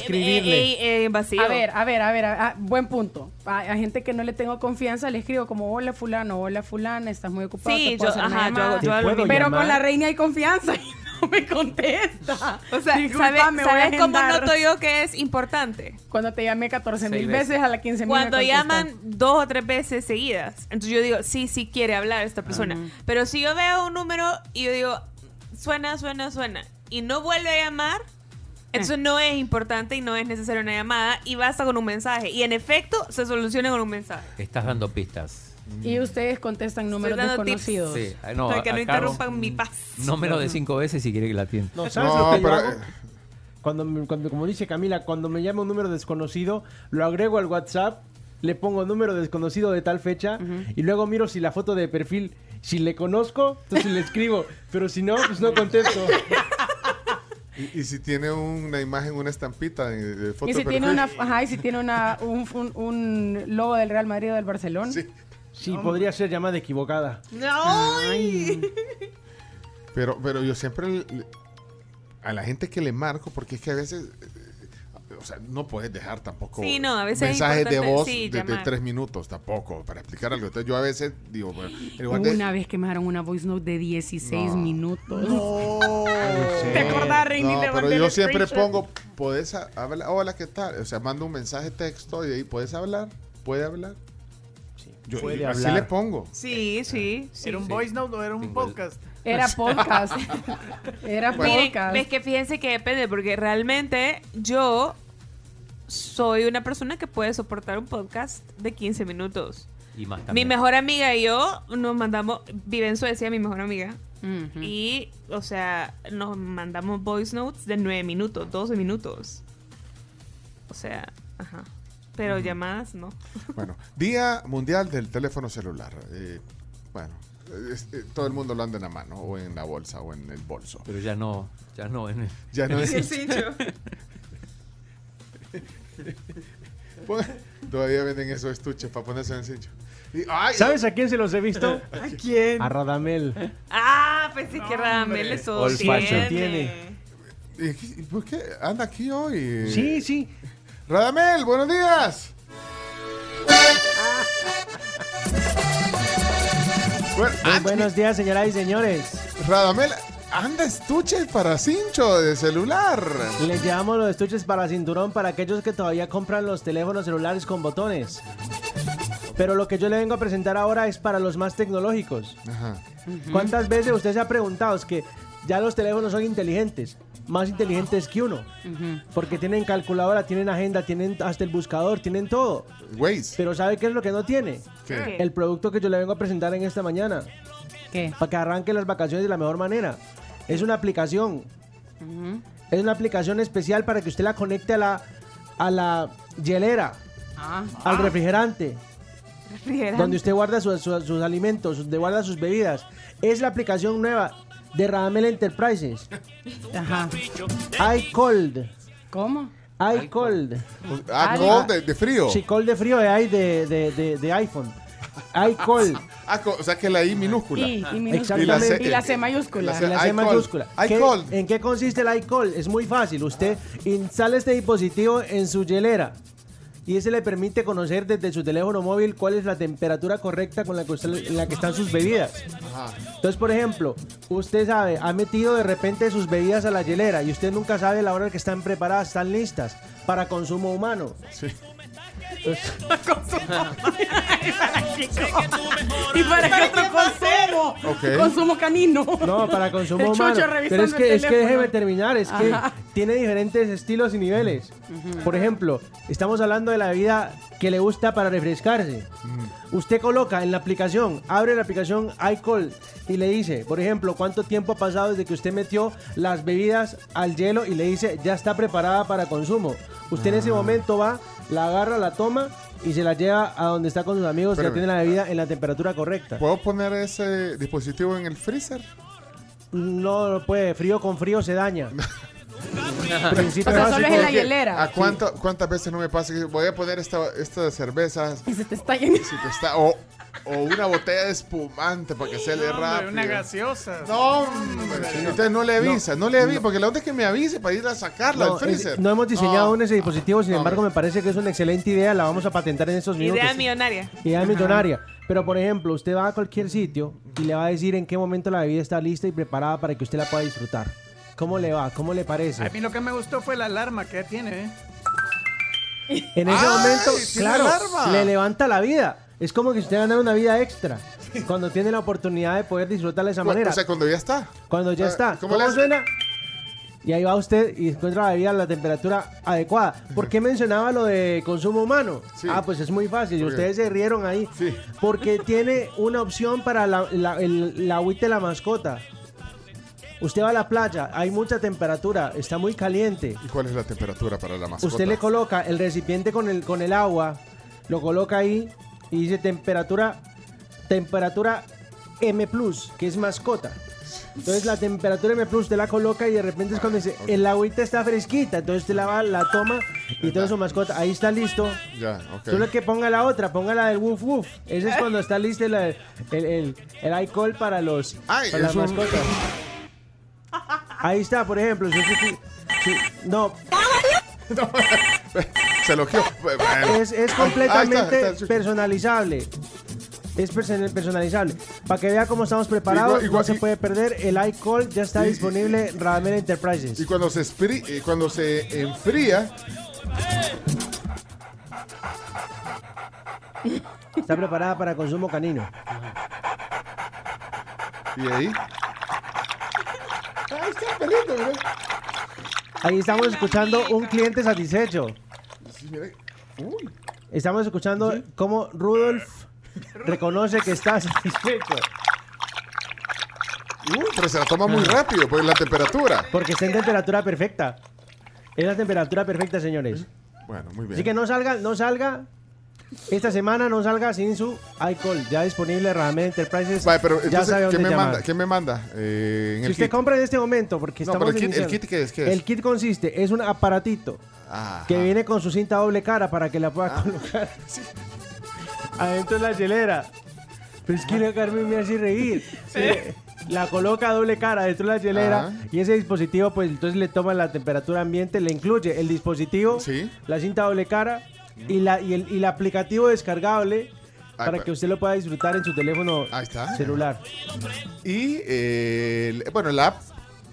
S11: escribirle.
S10: A ver, a ver, a ver, a- a- buen punto. A, a gente que no le tengo confianza le escribo como hola fulano, hola fulana, estás muy ocupado.
S5: Sí,
S10: te puedo
S5: yo-
S10: hacer una
S5: ajá, yo hago-
S10: llamada".
S11: yo hago lo mismo.
S10: Pero
S11: llamar?
S10: con la reina hay confianza y no me contesta.
S5: O sea,
S10: Disculpa,
S5: ¿sabes,
S10: me voy a
S5: ¿sabes cómo
S10: agendar.
S5: noto yo que es importante?
S10: Cuando te llamé 14
S8: Seis
S10: mil
S8: veces.
S10: veces a la 15 mil.
S5: Cuando llaman dos o tres veces seguidas. Entonces yo digo, sí, sí quiere hablar esta persona. Pero si yo veo un número y yo digo, suena, suena, suena, y no vuelve a llamar, entonces no es importante y no es necesaria una llamada y basta con un mensaje. Y en efecto, se soluciona con un mensaje.
S8: Estás dando pistas.
S10: Y ustedes contestan números
S5: dando tips.
S10: desconocidos.
S8: Sí, ah, no,
S5: Para que no
S8: acá
S5: interrumpan mi paz.
S8: No menos de cinco veces si quiere que la atienda.
S11: No, ¿sabes
S7: No,
S11: lo que yo
S7: pero-
S11: hago? Cuando, me- cuando- como dice Camila, cuando me llama un número desconocido, lo agrego al WhatsApp, le pongo número desconocido de tal fecha y luego miro si la foto de perfil, si le conozco, entonces le escribo, pero si no, pues no contesto.
S7: eh, Y, y si tiene una imagen, una estampita de, de foto
S10: Y si
S7: de
S10: tiene
S7: perfil.
S10: una, ajá, y si tiene una, un, un- un logo del Real Madrid o del Barcelona.
S7: Sí.
S11: Sí, podría ser llamada equivocada.
S7: Pero, pero yo siempre le- a la gente que le marco, porque es que a veces, eh, o sea, no puedes dejar tampoco
S5: Sí, no, a veces es
S7: mensajes de
S5: importante,
S7: voz
S5: sí,
S7: de, de
S5: llamar.
S7: tres minutos tampoco para explicar algo. Entonces yo a veces digo, bueno, en lugar de-
S10: Una vez que me dejaron una voice note de 16
S7: No.
S10: minutos.
S7: No.
S11: ¿Te
S10: acordás, Rini?
S7: No,
S10: Le
S7: pero
S10: mandé
S7: yo
S10: el
S7: siempre
S10: screenshot.
S7: pongo, podés ha- hablar, hola, ¿qué tal? O sea, mando un mensaje texto y ahí, ¿puedes hablar? ¿Puede hablar? Yo
S11: puede
S7: y así
S11: hablar.
S7: le pongo.
S5: Sí, sí. sí.
S3: ¿Era un
S8: Sí. pues.
S3: voice note o era un
S8: Tengo el-
S3: podcast?
S10: Era podcast. Era
S5: Miren,
S10: podcast.
S5: es que fíjense que depende, porque realmente yo soy una persona que puede soportar un podcast de 15 minutos.
S8: Y más
S5: Mi
S8: también.
S5: mejor amiga y yo nos mandamos, vive en Suecia, mi mejor amiga.
S10: Ujú.
S5: Y, o sea, nos mandamos voice notes de 9 minutos, 12 minutos. O sea, ajá. Pero llamadas no.
S7: Bueno, Día Mundial del Teléfono Celular. Eh, bueno, es- eh, todo el mundo lo anda en la mano, o en la bolsa, o en el bolso.
S8: Pero ya no, ya no. en el-
S7: Ya no es- Pon- Todavía venden esos estuches para ponerse en el cincho. Y- ¡ay!
S11: ¿Sabes a quién se los he visto?
S3: ¿A quién?
S11: A Radamel.
S5: Ah, pensé que Ramel
S3: Hombre.
S5: eso
S8: Old
S5: tiene.
S8: fashion.
S11: Tiene.
S7: ¿Y- y ¿Por qué anda aquí hoy?
S11: Sí, sí.
S7: Radamel, buenos días. Bueno,
S11: Muy
S7: ah,
S11: buenos días, señoras y señores.
S7: Radamel, anda estuches para cincho de celular.
S11: Les llevamos los estuches para cinturón para aquellos que todavía compran los teléfonos celulares con botones. Pero lo que yo le vengo a presentar ahora es para los más tecnológicos.
S7: Ajá.
S11: ¿Cuántas veces usted se ha preguntado? Es que ya los teléfonos son inteligentes, más inteligentes que uno. Porque tienen calculadora, tienen agenda, tienen hasta el buscador, tienen todo.
S7: Waze.
S11: Pero ¿sabe qué es lo que no tiene?
S7: ¿Qué?
S11: El producto que yo le vengo a presentar en esta mañana.
S10: ¿Qué?
S11: Para que arranque las vacaciones de la mejor manera. Es una aplicación. Es una aplicación especial para que usted la conecte a la, a la hielera,
S10: Ah.
S11: al refrigerante,
S5: Refrigerante.
S11: donde usted guarda su- su- sus alimentos, donde guarda sus bebidas. Es la aplicación nueva de Radamel Enterprises.
S10: Ajá.
S11: iCold.
S10: ¿Cómo?
S11: iCold.
S7: Ah,
S10: Ah,
S7: cold
S11: la-
S7: de, de frío.
S11: Sí, cold de frío de, ahí de, de, de, de iPhone. iCold.
S7: Ah, co- o sea que la I minúscula.
S10: Y, y,
S11: Exactamente.
S10: minúscula.
S11: Y la C-
S10: Y la C mayúscula.
S7: la
S11: La
S7: sea,
S11: C
S7: iCall.
S11: mayúscula. ¿Qué-
S7: iCall.
S11: ¿En qué consiste el iCall? Es muy fácil. Usted instala este dispositivo en su hielera. Y ese le permite conocer desde su teléfono móvil cuál es la temperatura correcta con la que, usted- en la que están sus bebidas.
S7: Ajá.
S11: Entonces, por ejemplo, usted sabe, ha metido de repente sus bebidas a la hielera y usted nunca sabe la hora en que están preparadas, están listas para consumo humano.
S7: Sí.
S10: ¿Y para qué otro consumo?
S7: Ok.
S10: Consumo canino.
S11: No, para
S10: El
S11: consumo
S10: chocho
S11: humano.
S10: revisando
S11: Pero es
S10: el
S11: que, es que
S10: teléfono.
S11: déjeme terminar, es que
S10: Ajá.
S11: tiene diferentes estilos y niveles. Por ejemplo, estamos hablando de la bebida que le gusta para refrescarse. Usted coloca en la aplicación, abre la aplicación iCall y le dice, por ejemplo, cuánto tiempo ha pasado desde que usted metió las bebidas al hielo y le dice, ya está preparada para consumo. Usted en ese momento va, la agarra, la toma y se la lleva a donde está con sus amigos y
S7: Espérame.
S11: tiene la bebida en la temperatura correcta.
S7: ¿Puedo poner ese dispositivo en el freezer?
S11: no lo puede, frío con frío se daña. Principio
S10: O sea, solo es en la
S7: Porque,
S10: hielera.
S7: ¿A cuánto- cuántas veces no me pasa que voy a poner esta, estas cervezas?
S10: Y se te está llenando.
S7: si te está- o, o una botella de espumante para que se le rápido.
S3: una gaseosa.
S7: No, hombre. Entonces no le avisa, no, le avisa, porque la onda es que me avise para ir a sacarla
S11: No,
S7: al freezer.
S11: es- no hemos diseñado
S7: No.
S11: aún ese dispositivo, sin embargo, me parece que es una excelente idea, la vamos a patentar en estos minutos.
S5: Idea millonaria.
S11: Idea millonaria. Pero, por ejemplo, usted va a cualquier sitio y le va a decir en qué momento la bebida está lista y preparada para que usted la pueda disfrutar. ¿Cómo le va? ¿Cómo le parece?
S3: A mí lo que me gustó fue la alarma que tiene, ¿eh?
S11: En ese
S3: ¡Ay!
S11: momento,
S3: ¡Tiene
S11: claro,
S3: alarma!
S11: le levanta la vida. Es como que usted gana una vida extra cuando tiene la oportunidad de poder disfrutarla de esa
S7: Ah, Cu-
S11: manera.
S7: o sea, cuando ya está.
S11: Cuando ya
S7: Ah,
S11: está.
S7: ¿cómo
S11: ¿Cómo,
S7: le hace?
S11: suena? Y ahí va usted y encuentra la bebida a la temperatura adecuada. ¿Por qué mencionaba lo de consumo humano? Ah, pues es muy fácil. y
S7: ¿Por qué?
S11: Ustedes se rieron ahí. Porque tiene una opción para la, la, el- la agüita de la mascota. Usted va a la playa, hay mucha temperatura, está muy caliente.
S7: ¿Y cuál es la temperatura para la mascota?
S11: Usted le coloca el recipiente con el, con el agua, lo coloca ahí y dice temperatura, temperatura M, que es mascota. Entonces la temperatura M Plus te la coloca y de repente es cuando dice, el agüita está fresquita, entonces te la va, la toma y todo su mascota, ahí está listo.
S7: Ya, ok.
S11: Solo que ponga la otra, ponga la del woof woof. Ese es cuando está listo el, el, el- el alcohol para los
S7: Ay,
S11: para las
S7: es un-
S11: mascotas. Ahí está, por ejemplo. si usted ti- si- no,
S7: Se lo quiero.
S11: es, es completamente personalizable. Es person- personalizable. Para que vea cómo estamos preparados,
S7: Igual- igual-
S11: no se puede perder. El iCall ya está
S7: y-
S11: disponible en Radamel Enterprises.
S7: Y cuando se, espri- eh, cuando se enfría,
S11: Está preparada para consumo canino.
S7: y ahí. Ahí está el perrito, mira.
S11: Ahí estamos escuchando un cliente satisfecho.
S7: Sí, mira. Uy.
S11: Estamos escuchando cómo Rudolf reconoce que está satisfecho.
S7: Uy, pero se la toma muy rápido, pues la temperatura.
S11: Porque está en temperatura perfecta. Es la temperatura perfecta, señores.
S7: Bueno, muy bien.
S11: Así que no salga, no salga. Esta semana no salga sin su iCall. Ya disponible en Radamel Enterprises.
S7: Vale, pero
S11: ya
S7: entonces,
S11: sabe
S7: ¿qué,
S11: dónde
S7: me
S11: llamar.
S7: manda, ¿qué me manda? Eh, en
S11: Si
S7: el
S11: usted
S7: kit.
S11: compra en este momento, porque
S7: No,
S11: estamos
S7: pero el kit-
S11: iniciando.
S7: ¿el kit qué es? ¿Qué es?
S11: El kit consiste, es un aparatito
S7: Ajá. Ah.
S11: que viene con su cinta doble cara para que la pueda colocar adentro de la hielera. Pero es que la Carmen me hace reír. Eh, La coloca doble cara dentro de la hielera
S7: Ajá.
S11: y ese dispositivo, pues entonces le toma la temperatura ambiente, le incluye el dispositivo, la cinta doble cara y, la, y, el, y el aplicativo descargable para
S7: pa-
S11: que usted lo pueda disfrutar en su teléfono celular.
S7: Y, eh, el- bueno, la app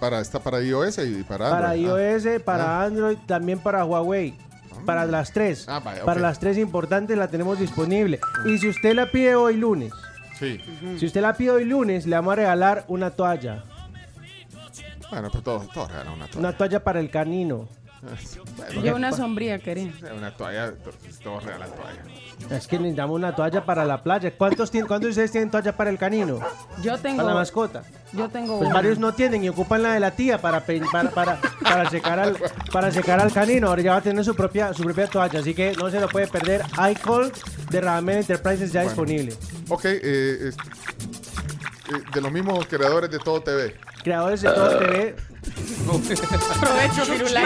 S7: para, está para iOS y para
S11: Para
S7: Android. Ah.
S11: iOS, para Android, también para Huawei. Para las tres.
S7: vaya,
S11: Para
S7: ok. Ah.
S11: las tres importantes la tenemos disponible. Y si usted la pide hoy lunes,
S7: Sí.
S11: si usted la pide hoy lunes, le vamos a regalar una toalla.
S7: Bueno, pero todos, todos regalan una toalla.
S11: Una toalla para el canino.
S7: Bueno,
S10: Yo una sombría quería.
S7: Una toalla, to- todos regalan toalla.
S11: Es que necesitamos una toalla para la playa. ¿Cuántos, tienen, ¿cuántos de ustedes tienen toalla para el canino?
S10: Yo tengo.
S11: Para la mascota.
S10: Yo tengo.
S11: Pues
S10: una.
S11: varios no tienen y ocupan la de la tía para pe- para, para, para secar al para secar al canino. Ahora ya va a tener su propia su propia toalla, así que no se lo puede perder. iCall de Radamel Enterprises ya disponible.
S7: Ok, eh, es- eh, de los mismos creadores de Todo TV.
S11: Creadores de
S8: Ah.
S11: Todo TV.
S5: Provecho, virulai.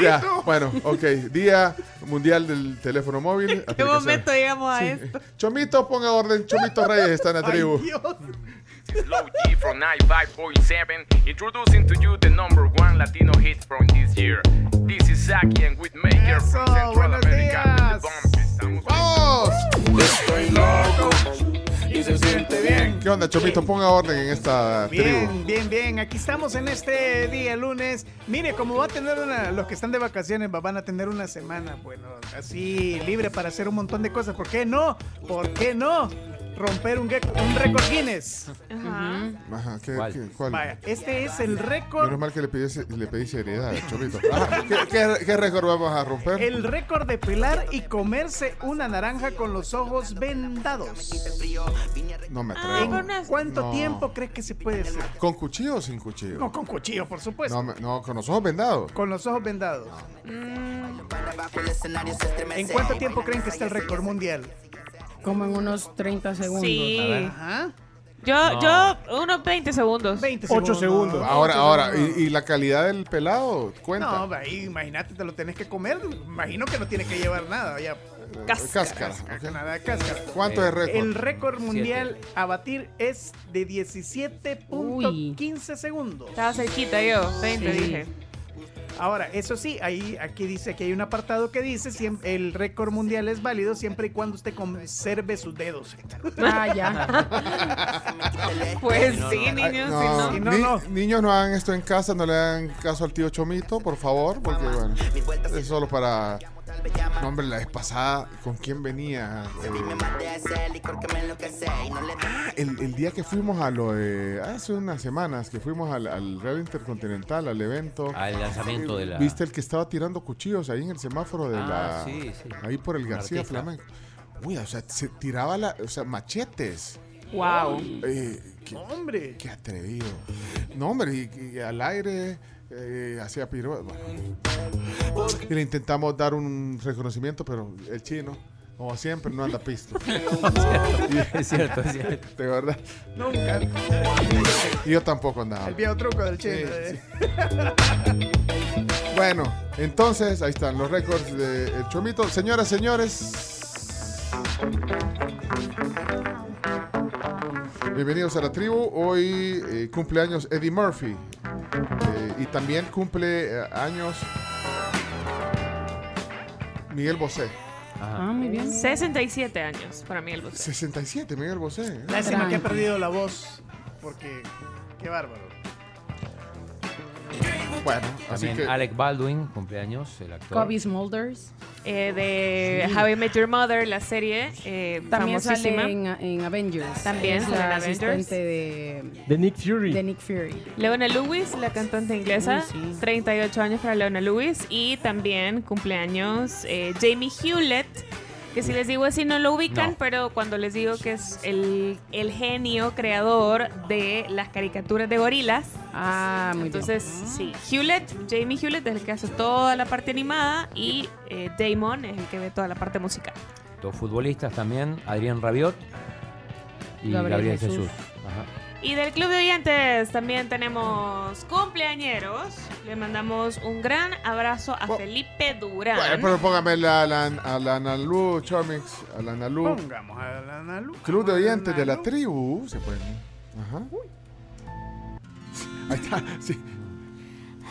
S7: Ya, bueno, ok. Día Mundial del Teléfono Móvil.
S5: ¿Qué
S7: aplicaciones.
S5: momento llegamos a
S7: Sí.
S5: esto?
S7: Chomito, ponga orden. Chomito Reyes está en la tribu.
S12: Slow G from 95.7 introducing to you the number one Latino hit from this year. This is Saki and Whitmaker from Central America with the bomb.
S7: ¡Vamos!
S12: Estoy loco y se siente
S7: bien. ¿Qué onda, Chomito? Ponga orden en esta tribu.
S3: Bien, bien, bien. Aquí estamos en este día lunes. Mire, como va a tener una, los que están de vacaciones va- van a tener una semana, bueno, así libre para hacer un montón de cosas. ¿Por qué no? ¿Por qué no? Romper un, gec- un récord Guinness.
S7: Ajá, ¿qué, qué- cuál?
S3: Vaya, este es el récord
S7: Menos mal que le pedí, se- le pedí seriedad, Chomito. Ajá, ¿qué, qué, qué récord vamos a romper?
S3: El récord de pelar y comerse una naranja con los ojos vendados.
S7: No
S3: Ah,
S7: me atrevo.
S3: ¿Cuánto
S7: No.
S3: tiempo crees que se puede hacer?
S7: ¿Con cuchillo o sin cuchillo?
S3: No, con cuchillo, por supuesto.
S7: No, me- no, con los ojos vendados.
S3: Con los ojos vendados. ¿En cuánto tiempo creen que está el récord mundial?
S10: Como en unos 30 segundos.
S3: Sí. Ajá.
S5: Yo,
S7: No.
S5: yo, unos 20 segundos.
S3: 20
S7: Ocho Ahora, ahora, ¿y, y la calidad del pelado? Cuenta.
S3: No, ahí, imagínate, te lo tenés que comer. Imagino que no tiene que llevar nada. Ya.
S7: Cáscara, ok.
S3: Nada, cáscara.
S7: ¿Cuánto es el récord?
S3: El récord mundial a batir es de 17.15 segundos.
S5: Estaba cerquita yo, 20 dije.
S3: Ahora, eso sí, ahí, aquí dice que hay un apartado que dice siem- el récord mundial es válido siempre y cuando usted conserve sus dedos.
S10: Ah, ya.
S5: Pues sí, niños,
S7: No,
S5: si
S7: ni-
S5: no.
S7: Niños, no hagan esto en casa, no le hagan caso al tío Chomito, por favor, porque bueno, es solo para... No, hombre, la vez pasada, ¿con quién venía? Eh, ah, el, el día que fuimos a lo de... ah, Hace unas semanas que fuimos al, al Real Intercontinental, al evento.
S8: Al lanzamiento de la-
S7: ¿Viste el que estaba tirando cuchillos ahí en el semáforo de
S8: Ah,
S7: la...
S8: sí, sí.
S7: Ahí por el
S8: Un
S7: García
S8: artista.
S7: Flamenco. Uy, o sea, se tiraba la... O sea, machetes.
S5: Wow.
S7: Eh, qué-
S3: Hombre.
S7: Qué atrevido. No, hombre, y, y al aire eh, hacía piruetas. bueno. Y le intentamos dar un reconocimiento, pero el chino, como siempre, no anda pisto.
S8: es cierto, es cierto.
S7: De verdad.
S3: Nunca.
S7: Y yo tampoco andaba.
S3: El viejo truco del chino. eh.
S7: Bueno, entonces, ahí están los récords del Chomito. Señoras, señores. Bienvenidos a la tribu. Hoy eh, cumpleaños Eddie Murphy. Eh, y también cumple eh, años Miguel Bosé.
S5: Ah, muy bien. 67 años para mí el bus.
S7: 67, Miguel Bosé. ¿eh?
S3: Lástima que ha perdido la voz. Porque, qué bárbaro.
S7: Bueno, así
S8: También
S7: que-
S8: Alec Baldwin, cumpleaños, el actor.
S10: Cobby Smulders.
S5: Eh, de
S10: Sí.
S5: How I Met Your Mother, la serie. Eh,
S10: También
S5: famosísima.
S10: sale en, en Avengers.
S5: También
S10: es
S5: sale
S10: la
S5: en Avengers.
S10: asistente de,
S11: De Nick Fury.
S10: de Nick Fury.
S5: Leona Lewis, la cantante inglesa, 38 años para Leona Lewis y también cumpleaños eh, Jamie Hewlett, que si les digo así no lo ubican,
S8: No.
S5: pero cuando les digo que es el, el genio creador de las caricaturas de gorilas,
S10: ah, muy
S5: entonces sí, Hewlett, Jamie Hewlett es el que hace toda la parte animada y eh, Damon es el que ve toda la parte musical.
S8: Dos futbolistas también, Adrián Rabiot y
S5: Gabriel
S8: Gabriel, Jesús.
S5: Jesús.
S8: Ajá.
S5: Y del Club de Oyentes también tenemos cumpleañeros. Le mandamos un gran abrazo a Felipe Durán.
S7: Bueno, pero póngame la, la, a la Analú, Chomix, a la Analú.
S3: Pongamos a la Nalu.
S7: Club de oyentes de la tribu. Se pueden. Ajá. Ahí está, sí.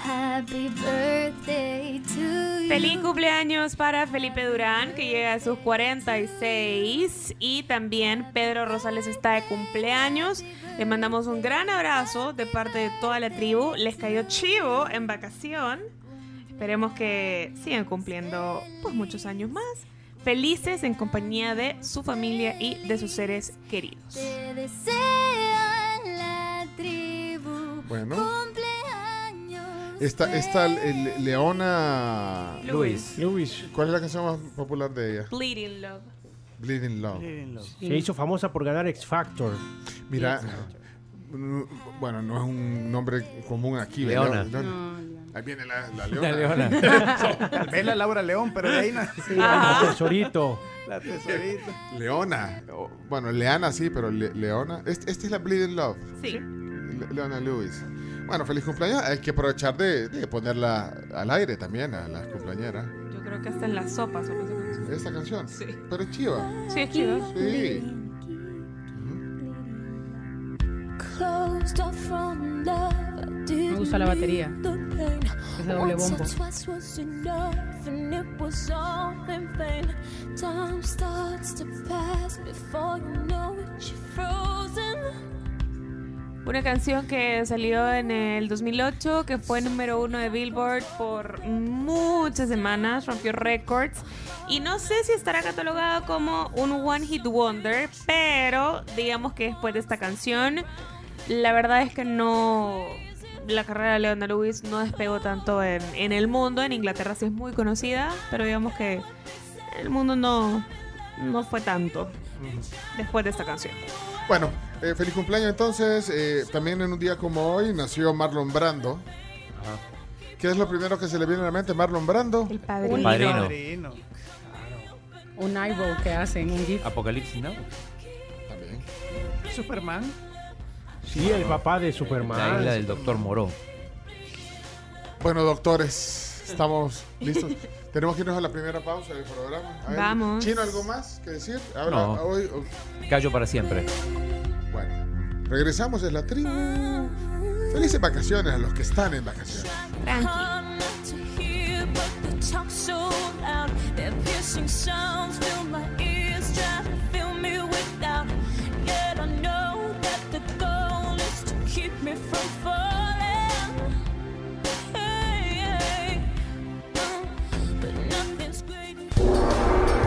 S13: Happy birthday to you.
S5: Feliz cumpleaños para Felipe Durán, que llega a sus 46. Y también Pedro Rosales está de cumpleaños. Le mandamos un gran abrazo de parte de toda la tribu. Les cayó chivo en vacación. Esperemos que sigan cumpliendo pues, muchos años más. Felices en compañía de su familia y de sus seres queridos.
S13: Te desea la tribu.
S7: Bueno.
S13: Cumpleaños.
S7: Esta, esta el- Leona.
S8: Luis.
S11: Luis.
S7: ¿Cuál es la canción más popular de ella?
S5: Bleeding Love.
S7: Bleeding Love.
S11: Se hizo famosa por ganar X Factor.
S7: Mira, mm, bueno, no es un nombre común aquí. ¿verdad?
S11: Leona.
S10: Ah,
S7: Ahí viene la, la
S11: La
S7: Leona.
S11: Leona.
S3: Tal vez la Laura León, pero de ahí no.
S11: Ah, Tesorito.
S3: La tesorita.
S7: Leona. O- Bueno, Leana sí, pero Le- Leona. Este- Esta es la Bleeding Love.
S5: Sí.
S7: Le- Leona Lewis. Bueno, feliz cumpleaños. Hay que aprovechar de, de ponerla al aire también, a las cumpleañeras.
S5: Yo creo que hasta en las sopas. solo se conoce.
S7: Esta canción. Sí. Pero es chiva.
S5: Sí, es chido.
S7: Sí.
S13: Closed off from love. Me
S10: gusta la batería. Ese doble bombo.
S13: Time starts to pass before you know it, you're frozen.
S5: Una canción que salió en el 2008, que fue número uno de Billboard por muchas semanas, rompió récords. Y no sé si estará catalogada como un One Hit Wonder, pero digamos que después de esta canción, la verdad es que no. La carrera de Leona Lewis no despegó tanto en, en el mundo. En Inglaterra sí es muy conocida, pero digamos que el mundo no, no fue tanto después de esta canción.
S7: Bueno, eh, feliz cumpleaños entonces. Eh, también en un día como hoy nació Marlon Brando. ¿Qué es lo primero que se le viene a la mente? Marlon Brando. El
S5: padrino.
S10: El
S8: padrino.
S10: Un eyebrow que hacen, un gif.
S8: Apocalipsis Now.
S7: También.
S3: Superman.
S11: Sí, el papá de Superman.
S8: La isla del doctor Moró.
S7: Bueno, doctores, estamos listos. Tenemos que irnos a la primera pausa del programa. A ver,
S8: Vamos.
S7: Chino, ¿algo más que decir? Ahora,
S8: No.
S7: hoy- hoy-
S8: Callo para siempre.
S7: bueno, regresamos en la tribu. Felices vacaciones a los que están en vacaciones.
S13: Hard not to hear, but the talk's so loud. Their piercing sounds fill my ears, try to fill me with doubt. Yet I know that the goal is to keep me from falling. Hey, hey. Mm, But nothing's great.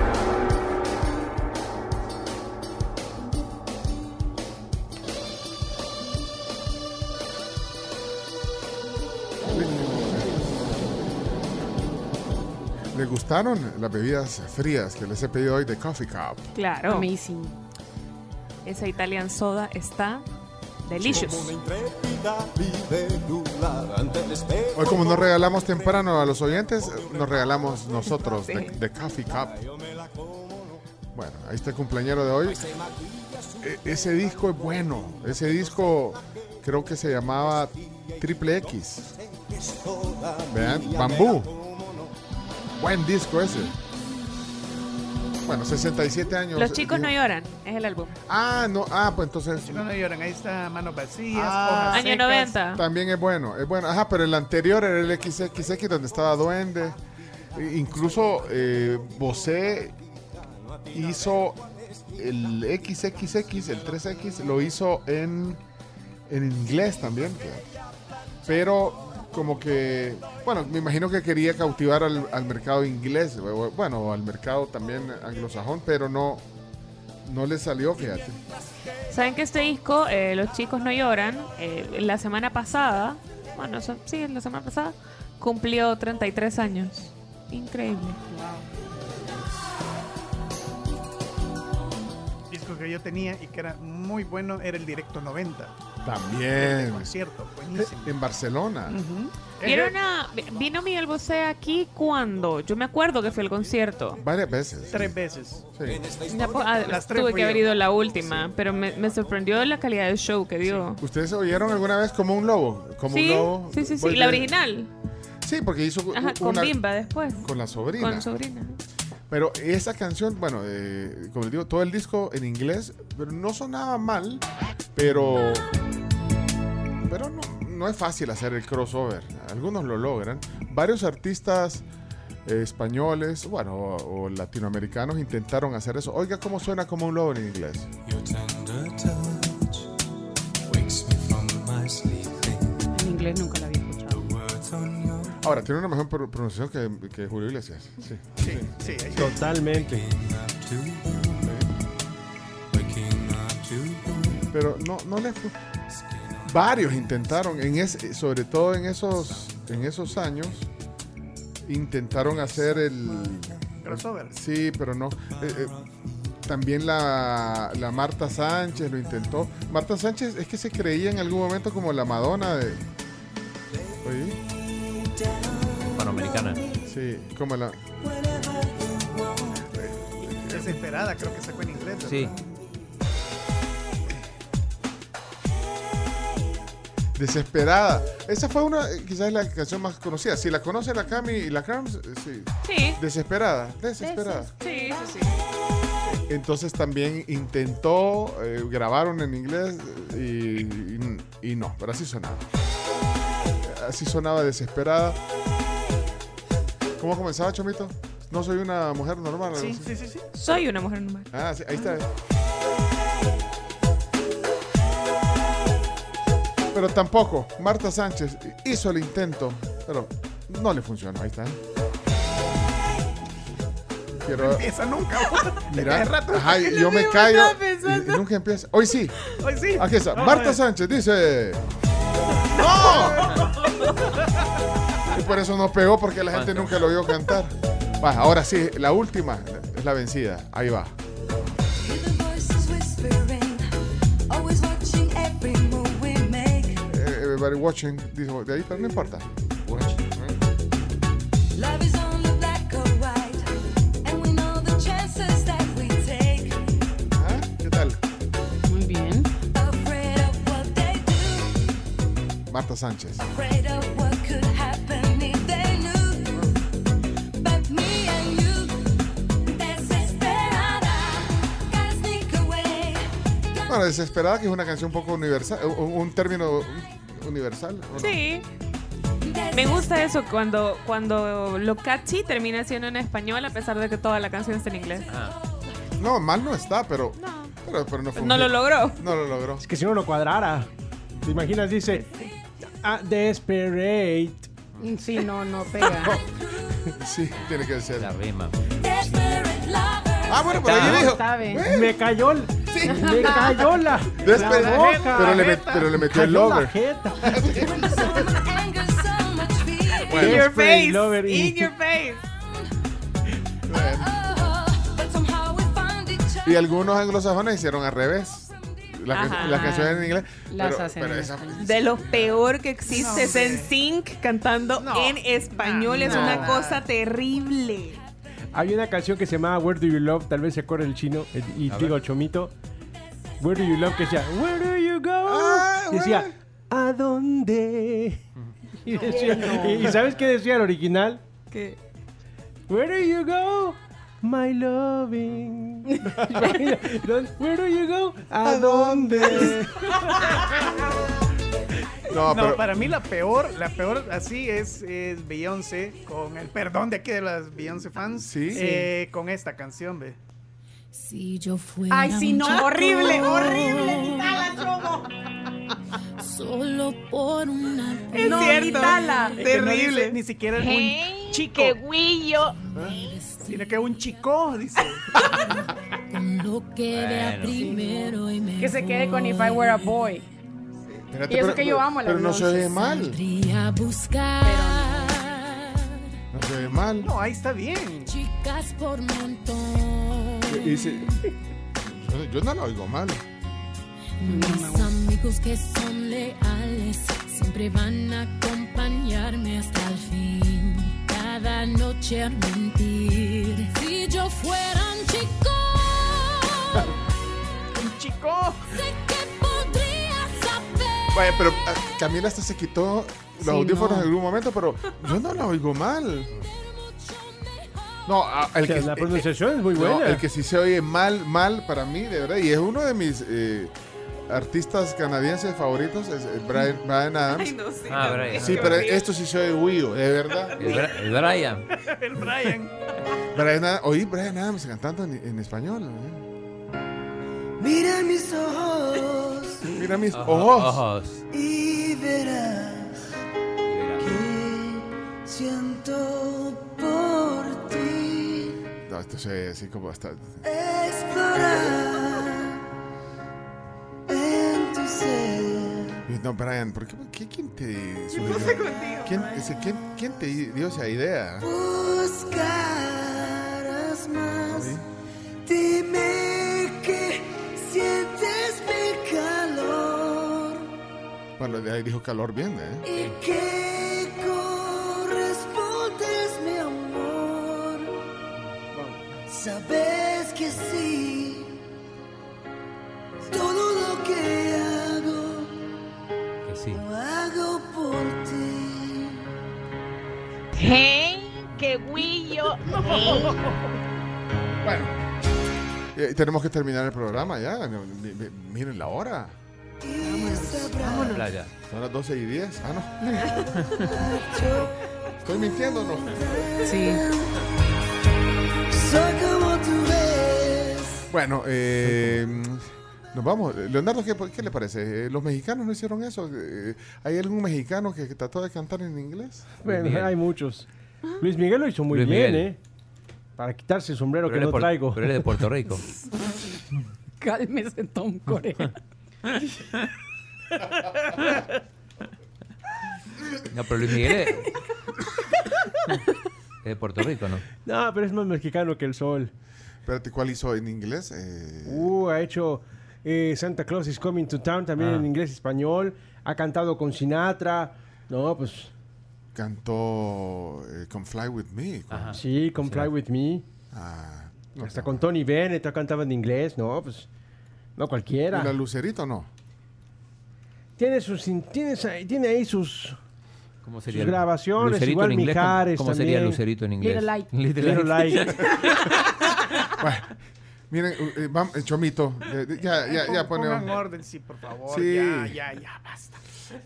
S7: ¿Les gustaron las bebidas frías que les he pedido hoy de Coffee Cup?
S5: Claro.
S10: Amazing.
S5: Esa Italian soda está delicious.
S7: Hoy como nos regalamos temprano a los oyentes, nos regalamos nosotros de,
S5: Sí.
S7: de Coffee Cup. Bueno, ahí está el cumpleañero de hoy. E- ese disco es bueno. Ese disco creo que se llamaba Triple X. Vean, Bambú. Buen disco ese. Bueno, 67 años.
S5: Los chicos
S7: digo-
S5: no lloran, es el álbum.
S7: Ah, no, ah, pues entonces.
S3: No, no lloran, ahí está manos vacías,
S7: Ah,
S3: hojas
S5: Año
S3: secas.
S5: 90.
S7: También es bueno, es bueno. Ajá, pero el anterior era el XXX donde estaba Duende. E- incluso eh, Bosé hizo el XXX, el 3X, lo hizo en, en inglés también. fíjate. Pero como que, bueno, me imagino que quería cautivar al, al mercado inglés, o- bueno, al mercado también anglosajón, pero no, no le salió, fíjate.
S5: Saben que este disco, eh, Los chicos no lloran, eh, la semana pasada, bueno, eso- sí, la semana pasada, cumplió 33 años. Increíble.
S3: disco que yo tenía y que era muy bueno era el Directo 90.
S7: También.
S3: Por cierto, buenísimo.
S7: En Barcelona.
S5: Y era una- vino Miguel Bosé aquí cuando, yo me acuerdo que fue el concierto.
S7: Varias veces.
S3: Tres veces.
S5: Ya, pues, ah,
S3: Las tres
S5: tuve
S3: fui
S5: que haber
S3: yo.
S5: ido la última, pero me, me sorprendió la calidad del show que dio.
S7: ¿Ustedes oyeron alguna vez como un lobo? Como
S5: Sí,
S7: un lobo.
S5: sí, sí, sí,
S7: Porque-
S5: la original.
S7: Sí, porque hizo
S5: Ajá, con
S7: una-
S5: Bimba después.
S7: con la sobrina.
S5: Con sobrina.
S7: Pero esa canción, bueno, eh, como les digo, todo el disco en inglés, pero no sonaba mal, pero pero no, no es fácil hacer el crossover. Algunos lo logran. Varios artistas eh, españoles, bueno, o, o latinoamericanos intentaron hacer eso. Oiga cómo suena como un lobo en inglés.
S10: En inglés nunca la había escuchado.
S7: Ahora, tiene una mejor pro- pronunciación que, que Julio Iglesias. Sí.
S3: Sí, sí. ahí-
S11: Totalmente.
S7: Pero no, no le fue. Varios intentaron, en ese, sobre todo en esos, en esos años, intentaron hacer el.
S3: Crossover.
S7: Sí, pero no. Eh, eh, también la, la Marta Sánchez lo intentó. Marta Sánchez es que se creía en algún momento como la Madonna de. Oye,
S8: Panamericana.
S7: Sí, como la.
S3: Desesperada, creo que sacó en inglés. ¿verdad?
S8: Sí.
S7: Desesperada. Esa fue una, eh, quizás la canción más conocida. Si la conoce la Cami y la Carms, eh, sí.
S5: Sí.
S7: Desesperada, desesperada.
S5: Sí, sí, sí.
S7: Entonces también intentó, eh, grabaron en inglés eh, y, y- y no, pero así sonaba. Así sonaba desesperada. ¿Cómo comenzaba, Chomito? No soy una mujer normal.
S5: Sí,
S7: algo así.
S5: sí, sí, sí. Soy una mujer normal.
S7: Ah, sí, ahí está. Pero tampoco, Marta Sánchez hizo el intento, pero no le funcionó. Ahí está. Quiero,
S3: Esa nunca.
S7: Mira,
S3: Hace rato.
S7: ajá, y yo me
S3: mismo
S7: callo
S3: estaba
S7: y,
S3: pensando. eh.
S7: y nunca empieza. Hoy sí,
S3: Hoy sí.
S7: aquí está.
S3: Vamos a
S7: Marta
S3: ver.
S7: Sánchez dice. ¡No! Y por eso no pegó porque la gente nunca lo vio cantar. Va, ahora sí, la última es la vencida. Ahí va. Eh, Everybody watching, dice, de ahí, pero no importa. ¿Qué tal?
S10: Muy bien.
S7: ¿Ah?
S13: Afraid of what they
S7: Marta Sánchez.
S13: afraid of what could happen if they knew. But me and you, desesperada, gotta sneak away.
S7: Bueno, Desesperada, que es una canción un poco universal, un, un término universal. ¿o no?
S5: Sí. Me gusta eso cuando, cuando lo catchy termina siendo en español a pesar de que toda la canción está en inglés.
S7: No, mal no está, pero. Pero, pero no fue un
S5: No lo
S7: hit.
S5: logró.
S7: No lo logró.
S11: Es que si no lo cuadrara. ¿Te imaginas? Dice. "Ah, desperate.
S10: Mm, Sí, no, no pega.
S7: Sí, tiene que ser. La
S8: rima.
S7: Ah, bueno, pero ahí dijo.
S10: Está bien.
S7: "Güey".
S11: Me cayó. el- Me cayó la.
S7: Desper-
S11: la boca.
S7: pero le met- pero le metió el
S11: Cayó la
S7: lover.
S11: jeta.
S7: Bueno.
S5: in your
S11: Desperate
S5: face.
S11: lover y-
S5: In your face.
S7: Y algunos anglosajones hicieron al revés. La can-
S5: Ajá.
S7: las canciones en inglés.
S5: Las
S7: pero,
S5: hacen
S7: pero
S5: en
S7: esa-
S5: De lo peor que existe es en sync cantando en español. es
S11: no.
S5: una cosa terrible.
S11: Había una canción que se llamaba Where Do You Love, tal vez se acuerda el chino, el- y
S8: A
S11: digo el chomito. Where Do You Love, que decía, Where do you go? Ah, decía, ¿a dónde? Y, decía- y- y ¿sabes qué decía el original?
S5: ¿Qué?
S11: Where do you go? My loving. Don- Where do you go? ¿A dónde?
S3: No,
S7: No, pero-
S3: para mí la peor, la peor así es, es Beyoncé, con el perdón de aquí de las Beyoncé fans,
S7: Sí.
S3: eh, con esta canción, ve.
S13: Si yo fuera
S10: Ay, sí, no,
S13: un chato,
S10: horrible, horrible, quítala,
S13: Solo por una
S3: Es
S13: No,
S3: cierto.
S13: quítala.
S3: Es que no dice ni siquiera
S13: Hey,
S3: un chico. Que
S5: guillo.
S3: Sino que un chico, dice.
S13: que vea
S7: Bueno.
S13: primero y me
S10: Que se quede con If I Were a Boy.
S7: Espérate,
S10: Y eso
S7: pero-
S10: que yo amo a la
S7: Pero no se
S10: Beyoncé.
S7: oye mal.
S13: voy a buscar
S7: No se oye mal.
S3: No, ahí está bien.
S13: chicas por montón.
S7: Y- y si- yo, yo no lo oigo mal.
S13: Mis amigos que son leales siempre van a acompañarme hasta el fin. Cada noche a mentir. Si yo fuera un chico,
S3: un chico,
S13: sé que podría saber.
S7: Vaya, pero ah, Camila hasta se quitó los
S13: Sí,
S7: audífonos
S13: no.
S7: en algún momento, pero yo no lo oigo mal. No, ah, el
S11: O sea,
S7: que, eh,
S11: la pronunciación es muy
S7: no,
S11: buena.
S7: el que sí se oye mal, mal para mí, de verdad, y es uno de mis eh, artistas canadienses favoritos, es eh, Brian, Brian Adams.
S5: Ay, no sé.
S8: Ah, Brian.
S7: Sí, pero esto sí se oye huido, de verdad.
S8: El, Bra- el Brian.
S3: el Brian.
S7: Brian Ad- oí Brian Adams cantando en, en español. ¿eh?
S2: Mira mis ojos
S7: Mira mis
S8: Ojo-
S7: ojos.
S8: ojos.
S2: y verás que siento por ti
S7: No, esto se oye así como hasta...
S2: explorar en tu ser.
S7: Y No, Brian, ¿por qué, qué- ¿quién te sugirió?
S2: pasa contigo,
S7: ¿Quién,
S2: Brian?
S7: ese- ¿quién, quién te dio esa idea?
S2: Buscarás más.
S7: Sí.
S2: Dime que sientes mi calor
S7: Bueno, de ahí dijo calor bien, ¿eh?
S2: y que correspondes mi amor. Sabes que sí. Todo lo que hago
S8: Que sí.
S2: lo hago por ti.
S5: Hey, qué guillo.
S7: Bueno. Eh, tenemos que terminar el programa ya. No, mi- mi- Miren la hora.
S8: Playa.
S7: Son las 12 y 10. Ah, no. Estoy mintiendo, o ¿no?
S10: Sí.
S2: Soy como tú ves.
S7: Bueno, eh, nos vamos. Leonardo, ¿qué, qué le parece? Eh, ¿Los mexicanos no hicieron eso? Eh, ¿Hay algún mexicano que, que trató de cantar en inglés?
S11: Bueno,
S8: Miguel.
S11: hay muchos. Luis Miguel lo hizo muy
S8: Luis
S11: bien,
S8: Miguel.
S11: ¿eh? Para quitarse el sombrero
S8: Pero él
S11: que
S8: es
S11: no
S8: por-
S11: traigo.
S8: Pero él es de Puerto Rico.
S10: Cálmese, Tom Corea.
S8: No, pero Luis Miguel es, es de Puerto Rico, ¿no?
S11: No, pero es más mexicano que el sol.
S7: Espérate, ¿cuál hizo en inglés? Eh,
S11: Uh, ha hecho eh, Santa Claus is Coming to Town también
S8: Ah.
S11: en inglés y español. Ha cantado con Sinatra. No, pues
S7: cantó eh, Come Fly With Me. con-
S8: Ajá.
S11: sí, con Fly With Me.
S7: Ah, no
S11: Hasta
S7: sé.
S11: con Tony Bennett ha cantado en inglés. No, pues no
S7: ¿Y
S11: cualquiera.
S7: la Lucerito no?
S11: tiene, sus, in- tienes ahí- tiene ahí sus,
S8: ¿Cómo
S11: sus
S8: sería?
S11: grabaciones,
S8: ¿Lucerito
S11: igual
S8: en inglés? ¿Cómo-
S11: Mijares
S8: ¿Cómo sería
S11: también.
S8: Lucerito en inglés?
S10: Little Light.
S8: Little
S11: Little
S8: Light.
S11: Light.
S7: Miren, eh, vam- eh, Chomito, eh, eh, ya, ya, ya,
S3: Pon-
S7: pone.
S3: Pongan orden, sí, por favor.
S7: Sí.
S3: Ya, ya, ya, basta.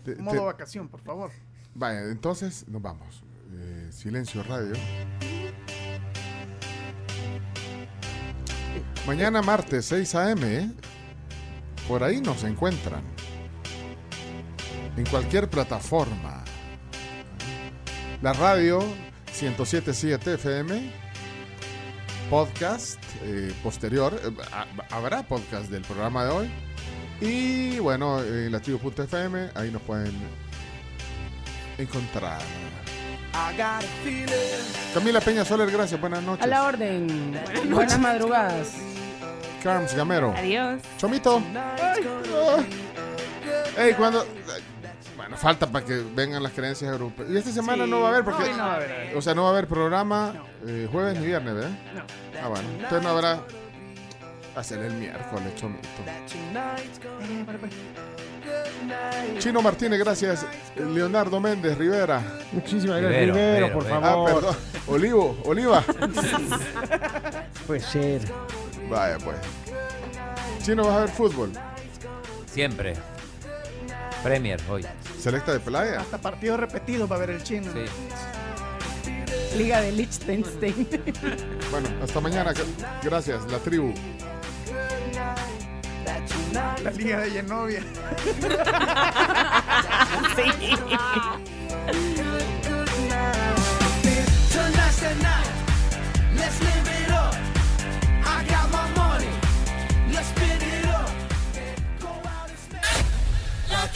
S7: Te- te-
S3: Modo vacación, por favor.
S7: Vaya, entonces nos vamos. Eh, silencio radio. Mañana martes 6 a.m. ¿eh? Por ahí nos encuentran. En cualquier plataforma. La radio 1077 FM. Podcast eh, posterior. eh, ha- habrá podcast del programa de hoy. Y bueno, en la tribu.fm, ahí nos pueden encontrar. Camila Peña Soler, gracias, buenas noches.
S10: A la orden. Buenas, madrugadas.
S7: Carms Gamero.
S5: Adiós.
S7: Chomito. Ey, cuando. Bueno, falta para que vengan las creencias europeas. Y esta semana
S3: Sí.
S7: no va a haber porque.
S3: Hoy no va a haber.
S7: O sea, no va a haber programa eh, jueves ni viernes, ¿verdad? Ah, bueno. Entonces no habrá. Hacer el miércoles, Chomito. Chino Martínez, gracias. Leonardo Méndez Rivera.
S11: Muchísimas gracias, Rivero, Rivero, por Rivero. favor.
S7: Ah, perdón. Olivo, Oliva.
S11: Puede ser.
S7: Vaya, pues. Chino, vas a ver fútbol.
S8: Siempre. Premier hoy.
S7: Selecta de playa.
S3: Hasta partidos repetidos va a ver el chino.
S8: Sí.
S10: Liga de Liechtenstein.
S7: Bueno, hasta mañana. Gracias, la tribu.
S3: La liga de Genovia.
S2: Tonight's the night. Let's live it up. I got my money. Let's spin it up. Go out and spend. La